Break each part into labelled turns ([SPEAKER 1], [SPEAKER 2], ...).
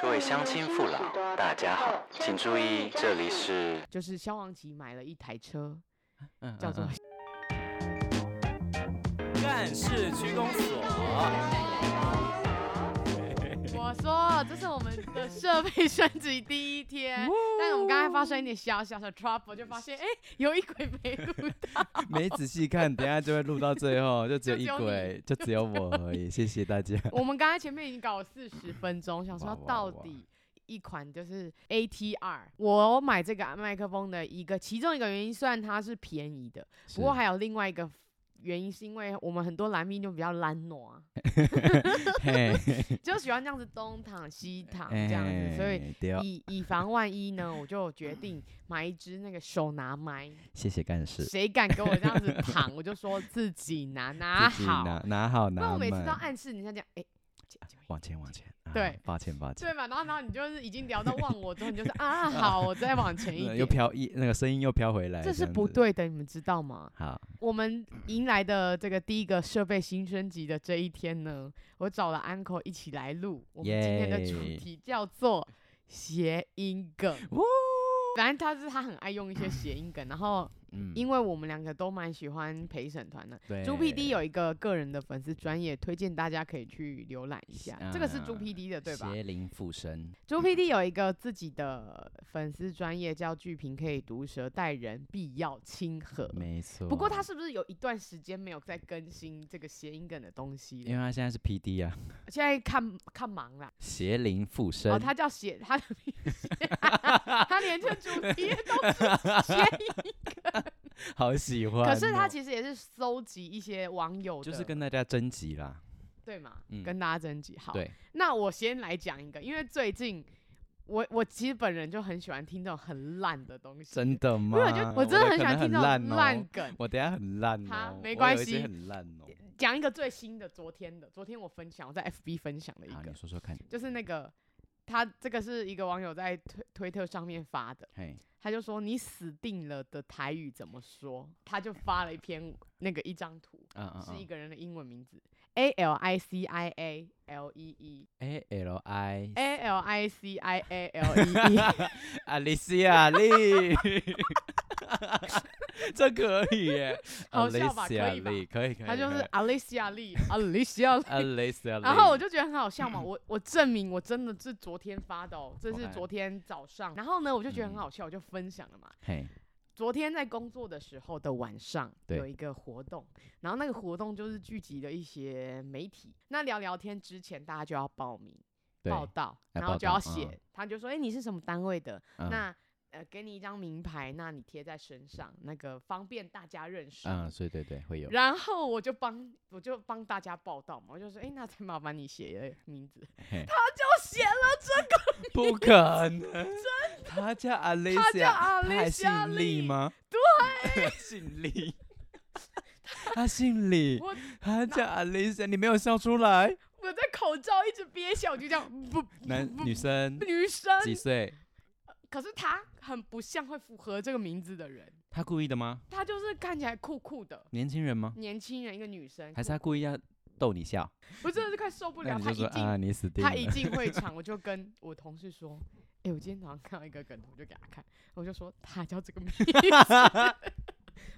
[SPEAKER 1] 各位乡亲父老，大家好，请注意，这里是
[SPEAKER 2] 就是萧煌奇买了一台车，
[SPEAKER 3] 嗯
[SPEAKER 2] 叫做、
[SPEAKER 3] 干事区公所。
[SPEAKER 4] 我说这是我们的设备升级第一 天，但是我们刚才发生一点小小的 trouble，就发现哎、有一轨没 录到，
[SPEAKER 3] 没仔细看，等一下就会录到最后，就只有
[SPEAKER 4] 就
[SPEAKER 3] 一
[SPEAKER 4] 只有
[SPEAKER 3] 轨，就只有我而已。谢谢 大家。
[SPEAKER 4] 我们刚才前面已经搞了四十分钟，想说
[SPEAKER 3] 哇哇
[SPEAKER 4] 到底一款就是 ATR，我买这个麦克风的一个其中一个原因，虽然它是便宜的，不过还有另外一个原因是因为我们很多蓝蜜就比较懒惰 啊，
[SPEAKER 3] 嘿，
[SPEAKER 4] 就喜欢这样子东躺西躺这样子，所以。
[SPEAKER 3] 哎对哦
[SPEAKER 4] 以以防万一呢，我就决定买一支那个手拿麦，
[SPEAKER 3] 谢谢干事，
[SPEAKER 4] 谁敢跟我这样子躺，我就说自己拿拿
[SPEAKER 3] 自己
[SPEAKER 4] 好。
[SPEAKER 3] 拿拿好
[SPEAKER 4] 不
[SPEAKER 3] 拿
[SPEAKER 4] 然
[SPEAKER 3] 满。
[SPEAKER 4] 我每次都暗示你，他讲哎，姐姐
[SPEAKER 3] 往前往前。啊
[SPEAKER 4] 对
[SPEAKER 3] 抱歉抱歉。
[SPEAKER 4] 对嘛？然后然后你就是已经聊到忘我之后，你 就是啊好，我再往前一
[SPEAKER 3] 呃又
[SPEAKER 4] 点。
[SPEAKER 3] 飘一那个声音又飘回来，
[SPEAKER 4] 这是
[SPEAKER 3] 样
[SPEAKER 4] 不
[SPEAKER 3] 子。
[SPEAKER 4] 对的，你们知道吗？
[SPEAKER 3] 好，
[SPEAKER 4] 我们迎来的这个第一个设备新升级的这一天呢，我找了 Uncle 一起来录我们今天的主
[SPEAKER 3] 耶
[SPEAKER 4] 题，叫做谐音梗。
[SPEAKER 3] 呜，
[SPEAKER 4] 反正他是他很爱用一些谐音梗，然后
[SPEAKER 3] 嗯
[SPEAKER 4] 因为我们两个都蛮喜欢陪审团的，
[SPEAKER 3] 对
[SPEAKER 4] 猪 PD 有一个个人的粉丝专业，推荐大家可以去浏览一下。这个是猪
[SPEAKER 3] 啊
[SPEAKER 4] PD 的对吧？
[SPEAKER 3] 邪灵附身，
[SPEAKER 4] 猪 PD 有一个自己的粉丝专业叫“剧评可以毒舌，待人必要亲和”。
[SPEAKER 3] 没错。
[SPEAKER 4] 不过他是不是有一段时间没有在更新这个谐音梗的东西
[SPEAKER 3] 因为
[SPEAKER 4] 了？
[SPEAKER 3] 他现在是 PD 啊，
[SPEAKER 4] 现在看看忙啦。
[SPEAKER 3] 邪灵附身。
[SPEAKER 4] 哦，他叫写他的名 字，他连这主题都是谐 音。
[SPEAKER 3] 好喜欢哦。
[SPEAKER 4] 可是他其实也是搜集一些网友的，
[SPEAKER 3] 就是跟大家征集啦，
[SPEAKER 4] 对嘛，
[SPEAKER 3] 嗯
[SPEAKER 4] 跟大家征集好。
[SPEAKER 3] 对，
[SPEAKER 4] 那我先来讲一个，因为最近我我其实本人就很喜欢听这种很烂的东西，
[SPEAKER 3] 真的
[SPEAKER 4] 因
[SPEAKER 3] 吗？
[SPEAKER 4] 为我就我真的
[SPEAKER 3] 可
[SPEAKER 4] 很喜欢
[SPEAKER 3] 能
[SPEAKER 4] 听这
[SPEAKER 3] 烂
[SPEAKER 4] 种
[SPEAKER 3] 哦
[SPEAKER 4] 烂，梗。
[SPEAKER 3] 我等一下很烂
[SPEAKER 4] 好
[SPEAKER 3] 哦，
[SPEAKER 4] 没
[SPEAKER 3] 我有
[SPEAKER 4] 关
[SPEAKER 3] 一些
[SPEAKER 4] 系
[SPEAKER 3] 很烂哦。
[SPEAKER 4] 讲一个最新的，昨天的，昨天我分享我在 FB 分享的一
[SPEAKER 3] 好，
[SPEAKER 4] 个
[SPEAKER 3] 你，说说看，
[SPEAKER 4] 就是那个他这个是一个网友在推推特上面发的，
[SPEAKER 3] 嘿，
[SPEAKER 4] 他就说你死定了的台语怎么说？他就发了一篇那个一张图，
[SPEAKER 3] 嗯嗯，
[SPEAKER 4] 是一个人的英文名字 A L I C I A L E E
[SPEAKER 3] A L I
[SPEAKER 4] A L I C I A L E E。
[SPEAKER 3] 阿丽西亚丽， 这可以耶，
[SPEAKER 4] 好笑吧
[SPEAKER 3] Alicia
[SPEAKER 4] 可以吧
[SPEAKER 3] 丽可以可以，
[SPEAKER 4] 他就是
[SPEAKER 3] 可以
[SPEAKER 4] Alicia Lee，Alicia Lee。
[SPEAKER 3] Alicia，
[SPEAKER 4] 然后我
[SPEAKER 3] 就
[SPEAKER 4] 就觉得很好笑嘛，我我证明我真的是昨天发的哦，这是
[SPEAKER 3] OK
[SPEAKER 4] 昨天早上。然后呢，我就觉得很
[SPEAKER 3] 嗯
[SPEAKER 4] 好笑，我就分享了嘛。
[SPEAKER 3] 嘿，
[SPEAKER 4] 昨天在工作的时候的晚上
[SPEAKER 3] 对
[SPEAKER 4] 有一个活动，然后那个活动就是聚集了一些媒体，那聊聊天之前大家就要报名
[SPEAKER 3] 对，
[SPEAKER 4] 报道，
[SPEAKER 3] 来
[SPEAKER 4] 然后
[SPEAKER 3] 报
[SPEAKER 4] 就要
[SPEAKER 3] 道
[SPEAKER 4] 写，
[SPEAKER 3] 嗯
[SPEAKER 4] 他就说，哎、你是什么单位的？
[SPEAKER 3] 嗯
[SPEAKER 4] 那呃，给你一张名牌，那你贴在身上，那个方便大家认识。
[SPEAKER 3] 嗯，所以对对会有，
[SPEAKER 4] 然后我就帮我就帮大家报道嘛，我就说，哎、那再麻烦你写名字，
[SPEAKER 3] 嘿
[SPEAKER 4] 就写了，
[SPEAKER 3] 不 可能，他叫 Alicia，
[SPEAKER 4] 他叫
[SPEAKER 3] 还
[SPEAKER 4] Alicia
[SPEAKER 3] 姓李
[SPEAKER 4] 丽
[SPEAKER 3] 吗？对， 姓李，他姓李
[SPEAKER 4] 我，
[SPEAKER 3] 他叫 Alicia，你没有笑出来？
[SPEAKER 4] 我在口罩一直憋笑，我就这样不
[SPEAKER 3] 男女生
[SPEAKER 4] 女生，
[SPEAKER 3] 几岁？
[SPEAKER 4] 可是她很不像会符合这个名字的人，
[SPEAKER 3] 他故意的吗？
[SPEAKER 4] 她就是看起来酷酷的
[SPEAKER 3] 年轻人吗？
[SPEAKER 4] 年轻人，一个女生，
[SPEAKER 3] 还是
[SPEAKER 4] 酷
[SPEAKER 3] 他故意要逗你笑？
[SPEAKER 4] 我真的是快受不
[SPEAKER 3] 那
[SPEAKER 4] 了，
[SPEAKER 3] 你
[SPEAKER 4] 她
[SPEAKER 3] 就
[SPEAKER 4] 一
[SPEAKER 3] 说啊，
[SPEAKER 4] 进
[SPEAKER 3] 你死定
[SPEAKER 4] 她一
[SPEAKER 3] 了。
[SPEAKER 4] 进会场，我就跟我同事说。哎、我今天早上看到一个梗图，我就给她看，我就说她叫这个名字，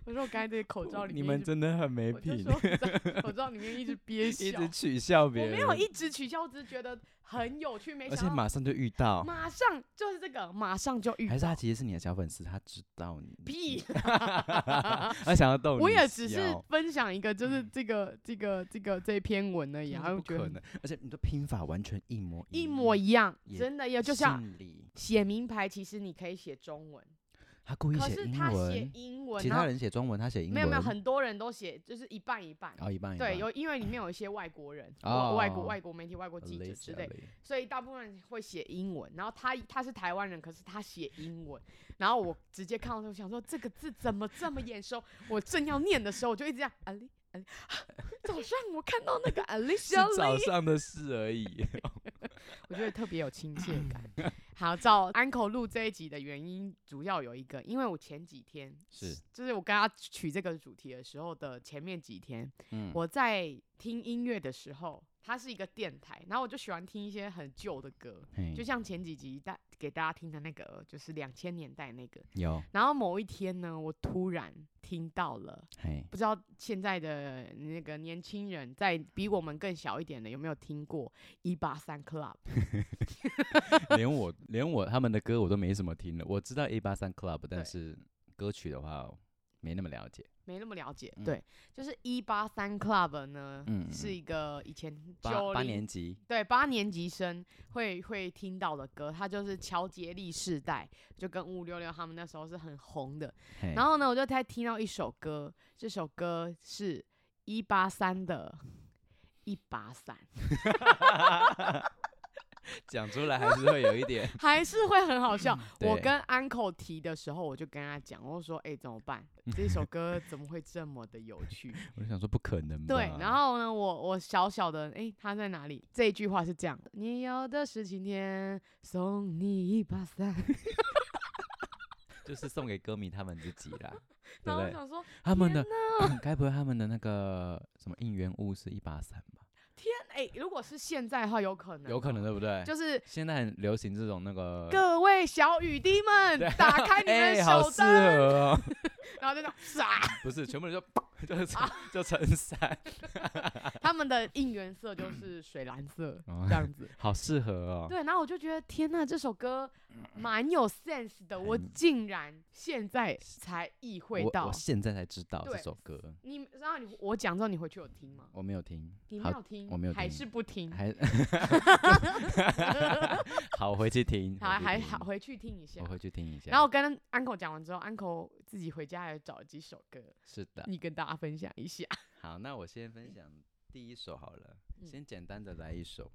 [SPEAKER 4] 我说我刚才这个口罩里面
[SPEAKER 3] 你
[SPEAKER 4] 一
[SPEAKER 3] 们
[SPEAKER 4] 直
[SPEAKER 3] 真的很没
[SPEAKER 4] 我就
[SPEAKER 3] 品
[SPEAKER 4] 说，我知道，我知道里面一直憋
[SPEAKER 3] 一
[SPEAKER 4] 笑
[SPEAKER 3] 直，取笑别
[SPEAKER 4] 我
[SPEAKER 3] 人。
[SPEAKER 4] 没有一直取消，我只是觉得很有趣，没
[SPEAKER 3] 而且
[SPEAKER 4] 想到
[SPEAKER 3] 马上就遇到，
[SPEAKER 4] 马上就是这个，马上就遇
[SPEAKER 3] 还是
[SPEAKER 4] 到
[SPEAKER 3] 他其实是你的小粉丝，他知道你。
[SPEAKER 4] 屁，
[SPEAKER 3] 他想要逗你 笑。
[SPEAKER 4] 我也只是
[SPEAKER 3] 哦
[SPEAKER 4] 分享一个，就是这个这个这个这篇文而已，
[SPEAKER 3] 嗯
[SPEAKER 4] 然
[SPEAKER 3] 真的是
[SPEAKER 4] 后
[SPEAKER 3] 不
[SPEAKER 4] 觉得
[SPEAKER 3] 可
[SPEAKER 4] 很
[SPEAKER 3] 能，而且你的拼法完全一模
[SPEAKER 4] 一
[SPEAKER 3] 样
[SPEAKER 4] 模一样，
[SPEAKER 3] 也
[SPEAKER 4] 真的有，就像
[SPEAKER 3] 姓李，
[SPEAKER 4] 写名牌，其实你可以写中文，
[SPEAKER 3] 他故意
[SPEAKER 4] 可
[SPEAKER 3] 写
[SPEAKER 4] 是
[SPEAKER 3] 英
[SPEAKER 4] 他写
[SPEAKER 3] 文，
[SPEAKER 4] 英文，
[SPEAKER 3] 其
[SPEAKER 4] 然
[SPEAKER 3] 他
[SPEAKER 4] 后
[SPEAKER 3] 人写中文，他写英文，
[SPEAKER 4] 没有没有，很多人都写就是一半一半
[SPEAKER 3] 然。后一半一半，
[SPEAKER 4] 对，有因为里面有一些外国人、外外国
[SPEAKER 3] 哦
[SPEAKER 4] 外国媒体、外国记者之类，
[SPEAKER 3] 的。
[SPEAKER 4] 所以大部分人会写英文，然后他他是台湾人，可是他写英文，然后我直接看到就想说这个字怎么这么眼熟？我正要念的时候，我就一直这样，啊哩啊哩， 早上我看到那个
[SPEAKER 3] 是
[SPEAKER 4] Alicia
[SPEAKER 3] 早
[SPEAKER 4] Lee，
[SPEAKER 3] 上的事而已。
[SPEAKER 4] 我觉得特别有亲切感。好，找 Uncle 录这一集的原因主要有一个，因为我前几天
[SPEAKER 3] 是，
[SPEAKER 4] 就是我跟他取这个主题的时候的前面几天，
[SPEAKER 3] 嗯，
[SPEAKER 4] 我在听音乐的时候，它是一个电台，然后我就喜欢听一些很旧的歌，
[SPEAKER 3] 嘿
[SPEAKER 4] 就像前几集大给大家听的那个，就是两千年代那个。
[SPEAKER 3] 有，
[SPEAKER 4] 然后某一天呢，我突然听到了，
[SPEAKER 3] 嘿，
[SPEAKER 4] 不知道现在的那个年轻人，在比我们更小一点的有没有听过一八三 Club？
[SPEAKER 3] 连我连我他们的歌我都没什么听了，我知道 A 八三 Club，
[SPEAKER 4] 对
[SPEAKER 3] 但是歌曲的话没那么了解。
[SPEAKER 4] 没那么了解，
[SPEAKER 3] 嗯
[SPEAKER 4] 对，就是一八三 Club 呢，
[SPEAKER 3] 嗯
[SPEAKER 4] 是
[SPEAKER 3] 嗯
[SPEAKER 4] 一个以前
[SPEAKER 3] 八八
[SPEAKER 4] 90
[SPEAKER 3] 年级，
[SPEAKER 4] 对八年级生会会听到的歌，它就是乔杰利世代，就跟五五六六他们那时候是很红的。
[SPEAKER 3] 嘿
[SPEAKER 4] 然后呢，我就在听到一首歌，这首歌是一八三的《一八三》，
[SPEAKER 3] 讲出来还是会有一 点
[SPEAKER 4] 还是会很好笑。 我
[SPEAKER 3] 嗯对
[SPEAKER 4] 跟 uncle 提的时候，我就跟他讲，我说：“哎、怎么办？这首歌怎么会这么的有趣？”
[SPEAKER 3] 我就想说不可能吧。
[SPEAKER 4] 对，然后呢，我我小小的，诶，他在哪里？这一句话是这样的：你有的是晴天，送你一把伞。
[SPEAKER 3] 就是送给歌迷他们自己 啦，对
[SPEAKER 4] 然
[SPEAKER 3] 不
[SPEAKER 4] 后我
[SPEAKER 3] 对？
[SPEAKER 4] 想说，
[SPEAKER 3] 他们的 该不会他们的那个什么应援物是一把伞吧？
[SPEAKER 4] 天，诶，哎如果是现在的话，有可能，哦
[SPEAKER 3] 有可能，对不对？
[SPEAKER 4] 就是
[SPEAKER 3] 现在很流行这种那个，
[SPEAKER 4] 各位小雨滴们，打开你们
[SPEAKER 3] 哎、
[SPEAKER 4] 的
[SPEAKER 3] 好
[SPEAKER 4] 手
[SPEAKER 3] 适
[SPEAKER 4] 灯，
[SPEAKER 3] 合哦，
[SPEAKER 4] 然后就这样，唰，
[SPEAKER 3] 不是全部人就 就成就成伞，
[SPEAKER 4] 他们的应援色就是水蓝色
[SPEAKER 3] 哦
[SPEAKER 4] 这样子。
[SPEAKER 3] 好适合 哦。嗯
[SPEAKER 4] 对，然后我就觉得天呐，这首歌蛮有 sense 的，我
[SPEAKER 3] 很
[SPEAKER 4] 竟然现在才意会
[SPEAKER 3] 哎我
[SPEAKER 4] 到
[SPEAKER 3] 我。现在才知道这
[SPEAKER 4] 对
[SPEAKER 3] 首歌，
[SPEAKER 4] 你然后你我讲之后，你回去有听吗？
[SPEAKER 3] 我没有听
[SPEAKER 4] 你，没
[SPEAKER 3] 好
[SPEAKER 4] 有听，
[SPEAKER 3] 我没有
[SPEAKER 4] 还
[SPEAKER 3] 听
[SPEAKER 4] 是不听，
[SPEAKER 3] 还 好，我回去听，
[SPEAKER 4] 还还
[SPEAKER 3] 回去听
[SPEAKER 4] 好，，回去听一下
[SPEAKER 3] 我。回去听一下。
[SPEAKER 4] 然后我跟 uncle 讲完之后，uncle 自己回家还找了几首歌，
[SPEAKER 3] 是的，
[SPEAKER 4] 你跟大家分享一下。
[SPEAKER 3] 好，那我先分享第一首好了，
[SPEAKER 4] 嗯。
[SPEAKER 3] 先简单的来一首，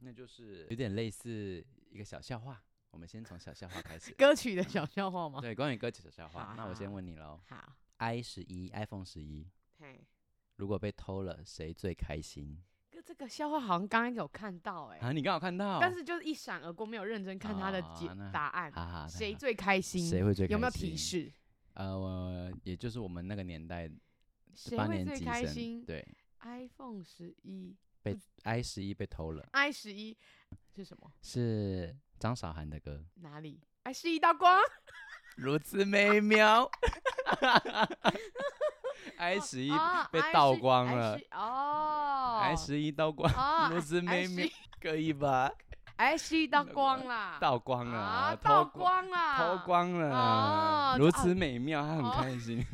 [SPEAKER 3] 那就是有点类似一个小笑话。我们先从小笑话开始
[SPEAKER 4] 歌曲的小笑话吗？
[SPEAKER 3] 对，关于歌曲的小
[SPEAKER 4] 哦
[SPEAKER 3] 笑
[SPEAKER 4] 好
[SPEAKER 3] 话，那我
[SPEAKER 4] 好
[SPEAKER 3] 先
[SPEAKER 4] 好
[SPEAKER 3] 问你喽
[SPEAKER 4] 好，
[SPEAKER 3] ，i 十一，iPhone 十一，
[SPEAKER 4] 嘿，
[SPEAKER 3] 如果被偷了，谁最开心？
[SPEAKER 4] 哥这个笑话好像刚刚有看到哎、
[SPEAKER 3] 啊，你刚好看到，
[SPEAKER 4] 但是就是一闪而过，没有认真看他的
[SPEAKER 3] 哦
[SPEAKER 4] 解
[SPEAKER 3] 那
[SPEAKER 4] 答案。
[SPEAKER 3] 哈哈，
[SPEAKER 4] 谁
[SPEAKER 3] 那
[SPEAKER 4] 最开心？
[SPEAKER 3] 谁会最开心？
[SPEAKER 4] 有没有提？示？
[SPEAKER 3] 呃，我也就是我们那个年代
[SPEAKER 4] 谁
[SPEAKER 3] 八
[SPEAKER 4] 会
[SPEAKER 3] 年
[SPEAKER 4] 最
[SPEAKER 3] 级
[SPEAKER 4] 开
[SPEAKER 3] 生
[SPEAKER 4] 心
[SPEAKER 3] 对
[SPEAKER 4] ？iPhone 十一
[SPEAKER 3] ，i 十一被偷了，
[SPEAKER 4] ，i 十一是什么？
[SPEAKER 3] 是张韶涵的歌，
[SPEAKER 4] 哪里？i 十一道光。
[SPEAKER 3] 如此美 妙。i 十一
[SPEAKER 4] 哦
[SPEAKER 3] 被
[SPEAKER 4] I
[SPEAKER 3] 倒
[SPEAKER 4] 十
[SPEAKER 3] 光
[SPEAKER 4] I
[SPEAKER 3] 了
[SPEAKER 4] 十哦
[SPEAKER 3] ，i 十一倒光，
[SPEAKER 4] 哦
[SPEAKER 3] 如此美妙，可 以吧？
[SPEAKER 4] ，I 十一倒
[SPEAKER 3] 那个
[SPEAKER 4] 光啦，
[SPEAKER 3] 倒光了
[SPEAKER 4] 啊，
[SPEAKER 3] 啊，
[SPEAKER 4] 倒
[SPEAKER 3] 偷，
[SPEAKER 4] 光啊啦，
[SPEAKER 3] 偷光了，
[SPEAKER 4] 哦
[SPEAKER 3] 如
[SPEAKER 4] 啊
[SPEAKER 3] 此美妙，他
[SPEAKER 4] 哦
[SPEAKER 3] 很开心，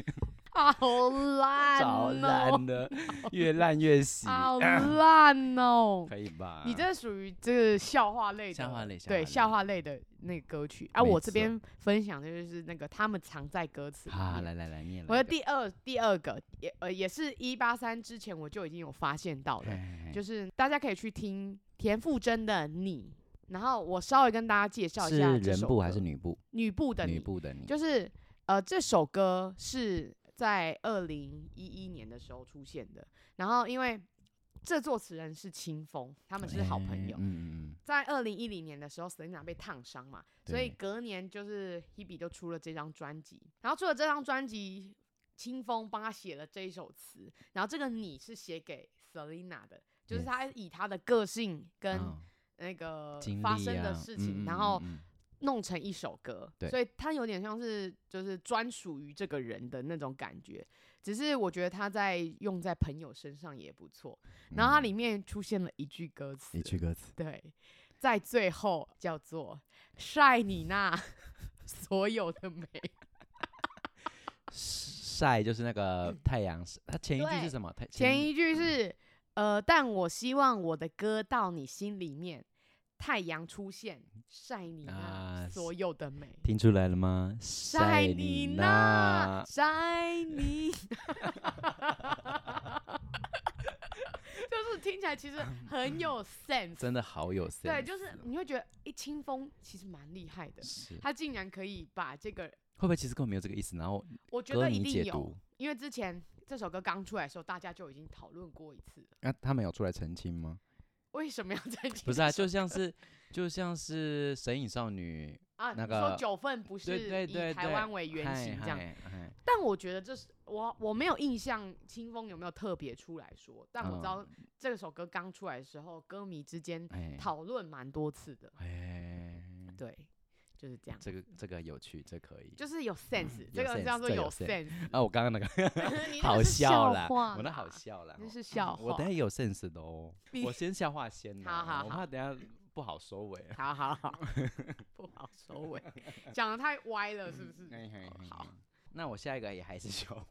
[SPEAKER 4] 好 烂
[SPEAKER 3] 超
[SPEAKER 4] 哦，
[SPEAKER 3] 烂的，越烂越喜，
[SPEAKER 4] 好烂 哦。
[SPEAKER 3] 可以吧？
[SPEAKER 4] 你这属于这个笑话类的，
[SPEAKER 3] 笑话类笑话
[SPEAKER 4] 对
[SPEAKER 3] 类
[SPEAKER 4] 笑话类的那个歌曲。啊，
[SPEAKER 3] 没
[SPEAKER 4] 我这
[SPEAKER 3] 错
[SPEAKER 4] 边分享的就是那个他们藏在歌词里
[SPEAKER 3] 好，
[SPEAKER 4] 面
[SPEAKER 3] 来来来，念
[SPEAKER 4] 我的
[SPEAKER 3] 来
[SPEAKER 4] 第二第二个也呃也是一八三之前我就已经有发现到了，
[SPEAKER 3] 嘿
[SPEAKER 4] 就是大家可以去听田馥甄的《你》，然后我稍微跟大家介绍一下
[SPEAKER 3] 是
[SPEAKER 4] 这
[SPEAKER 3] 人
[SPEAKER 4] 首
[SPEAKER 3] 部还
[SPEAKER 4] 歌
[SPEAKER 3] 是女部？
[SPEAKER 4] 女部的
[SPEAKER 3] 女
[SPEAKER 4] 你，
[SPEAKER 3] 部的你，
[SPEAKER 4] 就是呃这首歌是在二零一一年的时候出现的，然后因为这作词人是清风，他们是好朋友
[SPEAKER 3] 哎。嗯嗯
[SPEAKER 4] 在二零一零年的时候，Selina 被烫伤嘛，所以
[SPEAKER 3] 对
[SPEAKER 4] 隔年就是 Hebe 就出了这张专辑，然后出了这张专辑，清风帮他写了这一首词，然后这个你是写给 Selina 的，就是他以他的个性
[SPEAKER 3] 嗯，
[SPEAKER 4] 跟
[SPEAKER 3] 哦
[SPEAKER 4] 那个
[SPEAKER 3] 经
[SPEAKER 4] 呃发
[SPEAKER 3] 历
[SPEAKER 4] 生的
[SPEAKER 3] 啊
[SPEAKER 4] 事
[SPEAKER 3] 嗯
[SPEAKER 4] 情，
[SPEAKER 3] 嗯
[SPEAKER 4] 然
[SPEAKER 3] 嗯
[SPEAKER 4] 后
[SPEAKER 3] 嗯
[SPEAKER 4] 弄成一首歌，
[SPEAKER 3] 对
[SPEAKER 4] 所以它有点像是就是专属于这个人的那种感觉。只是我觉得他在用在朋友身上也不错。然后它
[SPEAKER 3] 嗯
[SPEAKER 4] 里面出现了一句歌词，
[SPEAKER 3] 一句歌词，
[SPEAKER 4] 对，在最后叫做“晒你那 所有的美
[SPEAKER 3] 晒就是那个太阳晒，它前一句
[SPEAKER 4] 嗯对
[SPEAKER 3] 是什么？太”，
[SPEAKER 4] 前一句是呃，但我希望我的歌到你心里面，太阳出现，晒你那
[SPEAKER 3] 啊
[SPEAKER 4] 所有的美。
[SPEAKER 3] 听出来了吗？
[SPEAKER 4] 晒
[SPEAKER 3] 你
[SPEAKER 4] 你那，晒 你，就是听起来其实很有 sense，
[SPEAKER 3] 真的好有 sense，
[SPEAKER 4] 对，就是你会觉得一清风其实蛮厉害的，
[SPEAKER 3] 是
[SPEAKER 4] 他竟然可以把这个，
[SPEAKER 3] 会不会其实根本没有这个意思？然后
[SPEAKER 4] 我觉
[SPEAKER 3] 歌
[SPEAKER 4] 得一
[SPEAKER 3] 迷解
[SPEAKER 4] 定有
[SPEAKER 3] 读，，
[SPEAKER 4] 因为之前这首歌刚出来的时候，大家就已经讨论过一次了，
[SPEAKER 3] 那他们有出来澄清 吗？
[SPEAKER 4] 为什么要再听这首？
[SPEAKER 3] 不是啊，就像是就像是《神隐少女
[SPEAKER 4] 啊，
[SPEAKER 3] 那
[SPEAKER 4] 你说
[SPEAKER 3] 个
[SPEAKER 4] 九份不》，是
[SPEAKER 3] 对对
[SPEAKER 4] 以
[SPEAKER 3] 对，
[SPEAKER 4] 台
[SPEAKER 3] 对
[SPEAKER 4] 湾为原型这样，，
[SPEAKER 3] 嗨嗨嗨
[SPEAKER 4] 但我觉得这是我我没有印象清风有没有特别出来说，但我知道这首歌刚出来的时候，歌迷之间
[SPEAKER 3] 嗯哎
[SPEAKER 4] 讨论蛮多次的。
[SPEAKER 3] 哎，
[SPEAKER 4] 对，就是这样，
[SPEAKER 3] 这个这个有趣，这可以。
[SPEAKER 4] 就是有 sense，、
[SPEAKER 3] 有
[SPEAKER 4] 这个
[SPEAKER 3] sense，
[SPEAKER 4] 叫做
[SPEAKER 3] 这
[SPEAKER 4] 有
[SPEAKER 3] 有
[SPEAKER 4] sense，
[SPEAKER 3] 啊，我刚刚那个
[SPEAKER 4] 你那
[SPEAKER 3] 好
[SPEAKER 4] 个是
[SPEAKER 3] 笑啦，
[SPEAKER 4] 话
[SPEAKER 3] 我那
[SPEAKER 4] 啦
[SPEAKER 3] 好笑啦哦
[SPEAKER 4] 那
[SPEAKER 3] 吼，
[SPEAKER 4] 是笑话。
[SPEAKER 3] 我等下也有 sense 的哦。
[SPEAKER 4] 你
[SPEAKER 3] 我先笑话先啦，
[SPEAKER 4] 好好
[SPEAKER 3] 我
[SPEAKER 4] 好
[SPEAKER 3] 怕等下不好收尾。啊
[SPEAKER 4] 好好 好，不好收尾，讲的太歪了，是不是？
[SPEAKER 3] 哎嘿嘿
[SPEAKER 4] 好
[SPEAKER 3] 嘿，那我下一个也还是笑话。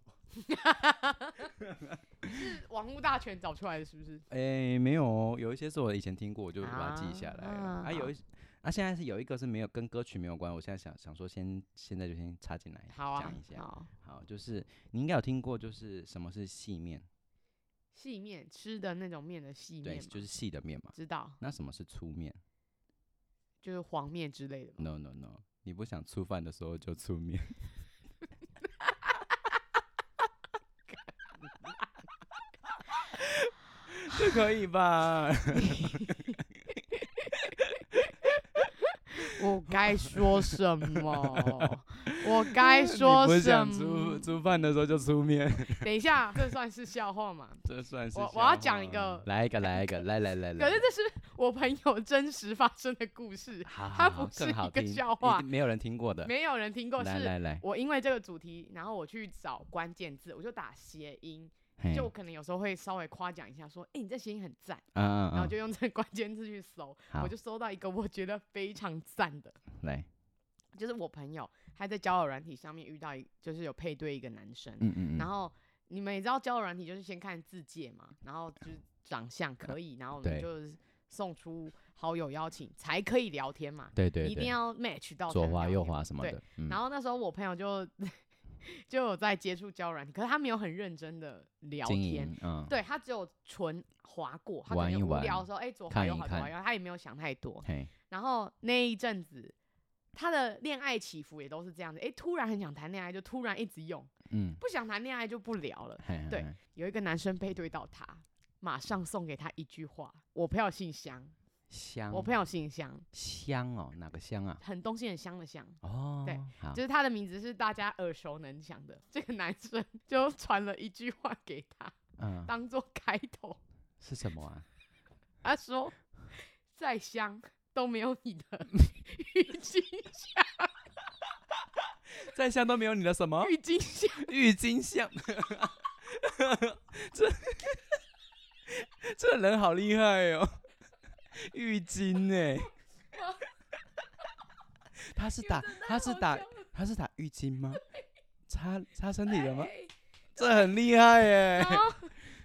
[SPEAKER 4] 是网络大全找出来的，是不是？
[SPEAKER 3] 哎，没有哦，有一些是我以前听过，我就把它记下来了。
[SPEAKER 4] 啊
[SPEAKER 3] 啊，有一些啊，现在是有一个是没有跟歌曲没有关，我现在想想说先现在就先插进来
[SPEAKER 4] 好啊
[SPEAKER 3] 讲一，下。
[SPEAKER 4] 好，
[SPEAKER 3] 好，就是你应该有听过，就是什么是细面，
[SPEAKER 4] 细面吃的那种面的细
[SPEAKER 3] 对，
[SPEAKER 4] 面嘛，
[SPEAKER 3] 就是细的面嘛。
[SPEAKER 4] 知道，
[SPEAKER 3] 那什么是粗面
[SPEAKER 4] 就是黄面之类的嘛。
[SPEAKER 3] ？No No No，你不想粗饭的时候就粗面。 这可以吧？
[SPEAKER 4] 我该说什么？我 该说
[SPEAKER 3] 你不
[SPEAKER 4] 什
[SPEAKER 3] 想粗
[SPEAKER 4] 么？
[SPEAKER 3] 粗饭的时候就粗面，
[SPEAKER 4] 等一下，这算是笑话吗？
[SPEAKER 3] 这算是
[SPEAKER 4] 我我
[SPEAKER 3] 笑
[SPEAKER 4] 要讲
[SPEAKER 3] 话
[SPEAKER 4] 一个
[SPEAKER 3] 来一个，来一个，来来来来。
[SPEAKER 4] 可是这是我朋友真实发生的故 事，
[SPEAKER 3] 好好
[SPEAKER 4] 它
[SPEAKER 3] 好
[SPEAKER 4] 不
[SPEAKER 3] 更
[SPEAKER 4] 是
[SPEAKER 3] 好
[SPEAKER 4] 一个
[SPEAKER 3] 听
[SPEAKER 4] 笑
[SPEAKER 3] 一
[SPEAKER 4] 话
[SPEAKER 3] 定没有人听过的。
[SPEAKER 4] 没有人听过。
[SPEAKER 3] 来
[SPEAKER 4] 是
[SPEAKER 3] 来来，
[SPEAKER 4] 我因为这个主题，然后我去找关键字，我就打谐音，
[SPEAKER 3] 嘿
[SPEAKER 4] 就我可能有时候会稍微夸奖一下，说：“哎、你这谐音很赞。”
[SPEAKER 3] 啊啊
[SPEAKER 4] 然后
[SPEAKER 3] 啊！
[SPEAKER 4] 就用这个关键字去搜，
[SPEAKER 3] 好
[SPEAKER 4] 我就搜到一个我觉得非常赞的，
[SPEAKER 3] 来，
[SPEAKER 4] 就是我朋友他在交友软体上面遇到一，就是有配对一个男生，
[SPEAKER 3] 嗯嗯嗯，
[SPEAKER 4] 然后你们也知道交友软体就是先看字界嘛，然后就是长相可以，然后我们
[SPEAKER 3] 对
[SPEAKER 4] 就是送出好友邀请才可以聊天嘛，
[SPEAKER 3] 对对对，
[SPEAKER 4] 一定要 match 到才
[SPEAKER 3] 左
[SPEAKER 4] 能
[SPEAKER 3] 滑
[SPEAKER 4] 聊
[SPEAKER 3] 右
[SPEAKER 4] 天
[SPEAKER 3] 滑什么
[SPEAKER 4] 对
[SPEAKER 3] 的。嗯
[SPEAKER 4] 然后那时候我朋友就 就有在接触交友软体，可是他没有很认真的聊
[SPEAKER 3] 经
[SPEAKER 4] 天，
[SPEAKER 3] 营，嗯，
[SPEAKER 4] 对他只有纯划过，他可
[SPEAKER 3] 玩一
[SPEAKER 4] 能无
[SPEAKER 3] 玩
[SPEAKER 4] 聊的时候，哎、左滑
[SPEAKER 3] 看
[SPEAKER 4] 右
[SPEAKER 3] 一
[SPEAKER 4] 滑左滑
[SPEAKER 3] 看
[SPEAKER 4] 右滑，他也没有想太多。
[SPEAKER 3] 嘿，
[SPEAKER 4] 然后那一阵子，他的恋爱起伏也都是这样子，哎、突然很想谈恋爱，就突然一直用；
[SPEAKER 3] 嗯，
[SPEAKER 4] 不想谈恋爱就不聊了。
[SPEAKER 3] 嘿
[SPEAKER 4] 对，
[SPEAKER 3] 嘿嘿
[SPEAKER 4] 有一个男生背对到他，马上送给他一句话：“我朋友姓香，
[SPEAKER 3] 香，
[SPEAKER 4] 我朋友姓香，
[SPEAKER 3] 香哦，哪个香啊？
[SPEAKER 4] 很东西很香的香。”
[SPEAKER 3] 哦，
[SPEAKER 4] 对，
[SPEAKER 3] 好
[SPEAKER 4] 就，是他的名字是大家耳熟能详的。这个男生 就传了一句话给他，
[SPEAKER 3] 嗯，
[SPEAKER 4] 当做开头，
[SPEAKER 3] 是什么啊？
[SPEAKER 4] 他说：“再香都没有你
[SPEAKER 3] 哦
[SPEAKER 4] 的郁金香，
[SPEAKER 3] 再香都没有你的什 么
[SPEAKER 4] 郁金香。
[SPEAKER 3] 郁金香，这这人好厉害哦，郁金哎、他是打他是打
[SPEAKER 4] 啊
[SPEAKER 3] 他是打郁金吗？擦擦身体的吗？这很厉害哎、
[SPEAKER 4] 然后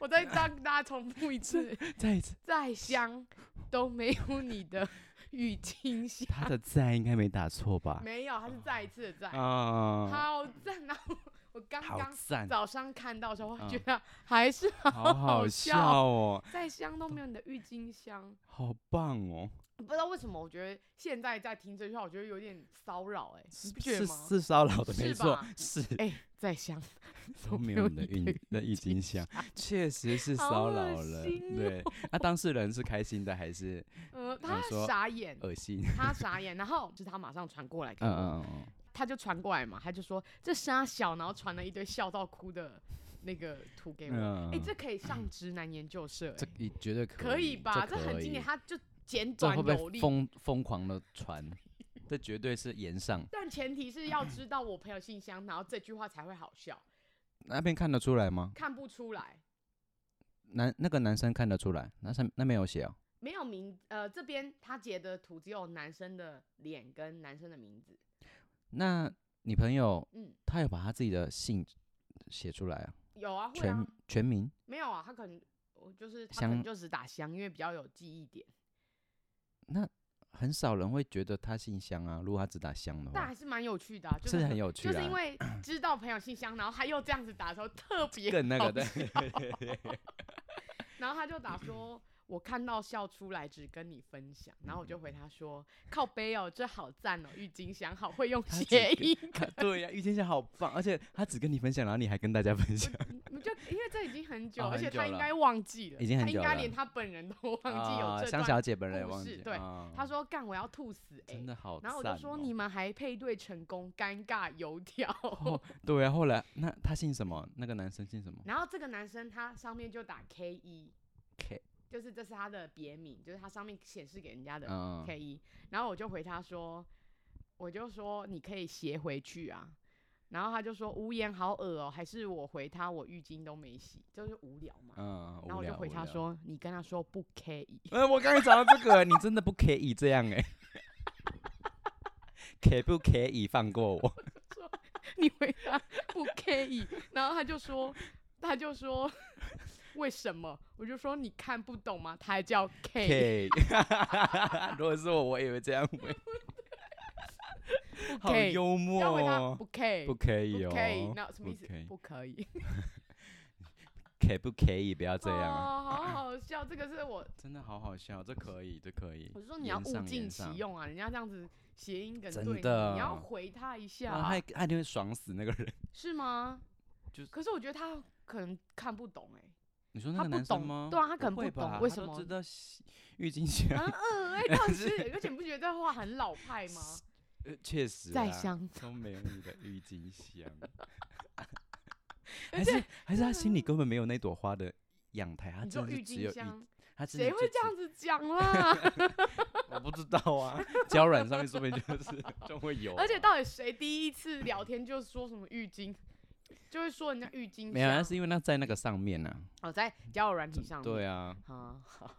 [SPEAKER 4] 我再让大家重复一 次：“
[SPEAKER 3] 再一次，
[SPEAKER 4] 再香都没有你的郁金 香。
[SPEAKER 3] 他的赞应该没打错”吧？
[SPEAKER 4] 没有，他是再一次的再，
[SPEAKER 3] 啊，
[SPEAKER 4] 好赞啊！我我刚
[SPEAKER 3] 好
[SPEAKER 4] 刚
[SPEAKER 3] 赞，
[SPEAKER 4] 早上看到的时候，
[SPEAKER 3] 嗯
[SPEAKER 4] 我觉得还是
[SPEAKER 3] 好好
[SPEAKER 4] 好
[SPEAKER 3] 笑
[SPEAKER 4] 笑
[SPEAKER 3] 哦，
[SPEAKER 4] 再香都没有你的郁金香。
[SPEAKER 3] 好棒哦！
[SPEAKER 4] 不知道为什么，我觉得现在在听这句话，我觉得有点骚扰、哎，你不觉
[SPEAKER 3] 是
[SPEAKER 4] 得吗？
[SPEAKER 3] 是骚扰的，
[SPEAKER 4] 是
[SPEAKER 3] 没错
[SPEAKER 4] 吧，
[SPEAKER 3] 是
[SPEAKER 4] 哎、再香，
[SPEAKER 3] 都没有你
[SPEAKER 4] 的
[SPEAKER 3] 的郁那郁金香，确实是
[SPEAKER 4] 好
[SPEAKER 3] 骚
[SPEAKER 4] 恶
[SPEAKER 3] 扰了。
[SPEAKER 4] 心哦
[SPEAKER 3] 对，那、当事人是开心的还是
[SPEAKER 4] 呃，
[SPEAKER 3] 想
[SPEAKER 4] 他
[SPEAKER 3] 说
[SPEAKER 4] 傻眼，
[SPEAKER 3] 恶心？
[SPEAKER 4] 他傻眼，然后就是他马上传过来给
[SPEAKER 3] 嗯
[SPEAKER 4] 我，
[SPEAKER 3] 嗯嗯 嗯，
[SPEAKER 4] 他就传过来嘛，他就说这傻小，然后传了一堆笑到哭的那个图给我，哎、
[SPEAKER 3] 嗯
[SPEAKER 4] 这可以上直男研究社、
[SPEAKER 3] 这
[SPEAKER 4] 哎，
[SPEAKER 3] 你绝对可
[SPEAKER 4] 可以吧？这
[SPEAKER 3] 这
[SPEAKER 4] 很经典，
[SPEAKER 3] 可以
[SPEAKER 4] 他就简
[SPEAKER 3] 这
[SPEAKER 4] 短
[SPEAKER 3] 会
[SPEAKER 4] 有
[SPEAKER 3] 不会
[SPEAKER 4] 力。
[SPEAKER 3] 疯疯狂的 传？这绝对是言上，
[SPEAKER 4] 但前提是要知道我朋友信箱，然后这句话才会好笑，
[SPEAKER 3] 那边看得出来吗？
[SPEAKER 4] 看不出来，
[SPEAKER 3] 男那个男生看得出来，那上那边有写哦。
[SPEAKER 4] 没有名，呃，这边他截的图只有男生的脸跟男生的名字，
[SPEAKER 3] 那你朋友
[SPEAKER 4] 嗯，
[SPEAKER 3] 他有把他自己的姓写出来啊？
[SPEAKER 4] 有啊，会
[SPEAKER 3] 全
[SPEAKER 4] 啊，
[SPEAKER 3] 全名
[SPEAKER 4] 没有啊，他可能我就是他可
[SPEAKER 3] 香
[SPEAKER 4] 能就只打香，因为比较有记忆点，
[SPEAKER 3] 很少人会觉得他姓香啊，如果他只打香的
[SPEAKER 4] 但
[SPEAKER 3] 话
[SPEAKER 4] 还，是蛮有趣的、啊，就是
[SPEAKER 3] 很有趣
[SPEAKER 4] 就
[SPEAKER 3] 啊。
[SPEAKER 4] 是因为知道朋友信箱，然后他又这样子打的时候特别
[SPEAKER 3] 更那
[SPEAKER 4] 好
[SPEAKER 3] 个对，
[SPEAKER 4] 然后他就打说，我看到笑出来，只跟你分享。然后我就回他说：“靠背哦，这好赞哦，郁金香好会用
[SPEAKER 3] 他只
[SPEAKER 4] 谐
[SPEAKER 3] 跟
[SPEAKER 4] 音。
[SPEAKER 3] 他对呀、郁金香好棒，而且他只跟你分享，然后你还跟大家分享，
[SPEAKER 4] 嗯”我就因为这已经很久，
[SPEAKER 3] 哦
[SPEAKER 4] 而
[SPEAKER 3] 很
[SPEAKER 4] 且他
[SPEAKER 3] 久
[SPEAKER 4] 应
[SPEAKER 3] 了
[SPEAKER 4] 该忘记了，
[SPEAKER 3] 已经很
[SPEAKER 4] 他
[SPEAKER 3] 久
[SPEAKER 4] 应该
[SPEAKER 3] 了
[SPEAKER 4] 连他本人都 忘记
[SPEAKER 3] 啊
[SPEAKER 4] 有这
[SPEAKER 3] 香
[SPEAKER 4] 段。
[SPEAKER 3] 小姐本人也
[SPEAKER 4] 故
[SPEAKER 3] 忘
[SPEAKER 4] 事
[SPEAKER 3] 记，
[SPEAKER 4] 对
[SPEAKER 3] 啊
[SPEAKER 4] 他说：“干，我要吐死哎、
[SPEAKER 3] 真的好、
[SPEAKER 4] 然后我就说：“你。们还配对成功，尴尬油条。
[SPEAKER 3] 哦，对啊，后来那他姓什么？那个男生姓什么
[SPEAKER 4] 然后这个男生他上面就打 K 一，
[SPEAKER 3] 嗯？K，
[SPEAKER 4] 就是这是他的别名，就是他上面显示给人家的
[SPEAKER 3] 嗯，
[SPEAKER 4] K 一。然后我就回他说，我就说你可以斜回去啊。然后他就说无言好恶哦、还是我回他我浴巾都没洗，就是无聊嘛。
[SPEAKER 3] 嗯，
[SPEAKER 4] 然后
[SPEAKER 3] 无
[SPEAKER 4] 我就
[SPEAKER 3] 聊
[SPEAKER 4] 回他，
[SPEAKER 3] 无
[SPEAKER 4] 说，你跟他说不 K E 一，
[SPEAKER 3] 聊呃，我刚才找到这个，你真的不可以这样哎、 可不可以放过我？
[SPEAKER 4] 你回他不 K 一， 然后他就说， 他就说 为什么？我就说你看不懂吗？他还叫 K，E
[SPEAKER 3] K，如果是我，我也会这样回。 好
[SPEAKER 4] 可以
[SPEAKER 3] 幽默
[SPEAKER 4] 要回他
[SPEAKER 3] 哦，
[SPEAKER 4] 不 K，E
[SPEAKER 3] 不可以
[SPEAKER 4] 不
[SPEAKER 3] 哦，
[SPEAKER 4] 可以，那什么意思
[SPEAKER 3] 不可？以
[SPEAKER 4] 不可以，
[SPEAKER 3] 可不可以不要 这样啊？
[SPEAKER 4] 哦，好好笑，这个是 我，
[SPEAKER 3] 真的好好笑，这可以，这可以。
[SPEAKER 4] 我是说你要
[SPEAKER 3] 言
[SPEAKER 4] 物
[SPEAKER 3] 上
[SPEAKER 4] 尽
[SPEAKER 3] 言
[SPEAKER 4] 其
[SPEAKER 3] 上
[SPEAKER 4] 用啊，人家这样子谐音梗
[SPEAKER 3] 真
[SPEAKER 4] 对你，你要
[SPEAKER 3] 的
[SPEAKER 4] 回他一下
[SPEAKER 3] 然后
[SPEAKER 4] 啊，
[SPEAKER 3] 他他一定会爽死那个人。
[SPEAKER 4] 是吗？
[SPEAKER 3] 就是
[SPEAKER 4] 可是我觉得他可能看不懂哎，
[SPEAKER 3] 你说那
[SPEAKER 4] 他
[SPEAKER 3] 个
[SPEAKER 4] 不
[SPEAKER 3] 男生
[SPEAKER 4] 懂
[SPEAKER 3] 吗？
[SPEAKER 4] 对啊他可能
[SPEAKER 3] 不
[SPEAKER 4] 不
[SPEAKER 3] 会
[SPEAKER 4] 懂
[SPEAKER 3] 吧
[SPEAKER 4] 为
[SPEAKER 3] 他
[SPEAKER 4] 什
[SPEAKER 3] 都
[SPEAKER 4] 么
[SPEAKER 3] 知道洗浴巾箱？
[SPEAKER 4] 很恶哎，倒是， 而且你不觉得这话很老派吗？
[SPEAKER 3] 呃确实
[SPEAKER 4] 在
[SPEAKER 3] 啦
[SPEAKER 4] 乡
[SPEAKER 3] 都没有你的郁 金香，还是还是他心里根本没有那朵花的养苔，他
[SPEAKER 4] 你说
[SPEAKER 3] 啊真的
[SPEAKER 4] 郁
[SPEAKER 3] 是只有
[SPEAKER 4] 金
[SPEAKER 3] 郁，
[SPEAKER 4] 香，
[SPEAKER 3] 他真的
[SPEAKER 4] 谁
[SPEAKER 3] 就
[SPEAKER 4] 会
[SPEAKER 3] 只
[SPEAKER 4] 这样子讲 啦？
[SPEAKER 3] 我不知道啊，胶软上面说不定就是 就会有啊、
[SPEAKER 4] 而且到底谁第一次聊天就说什么浴巾，就会说人家浴巾
[SPEAKER 3] 没有，那啊
[SPEAKER 4] 香
[SPEAKER 3] 是因为那在那个上面呢、
[SPEAKER 4] 哦，在交友软体上
[SPEAKER 3] 啊。
[SPEAKER 4] 面
[SPEAKER 3] 对 啊，
[SPEAKER 4] 啊，好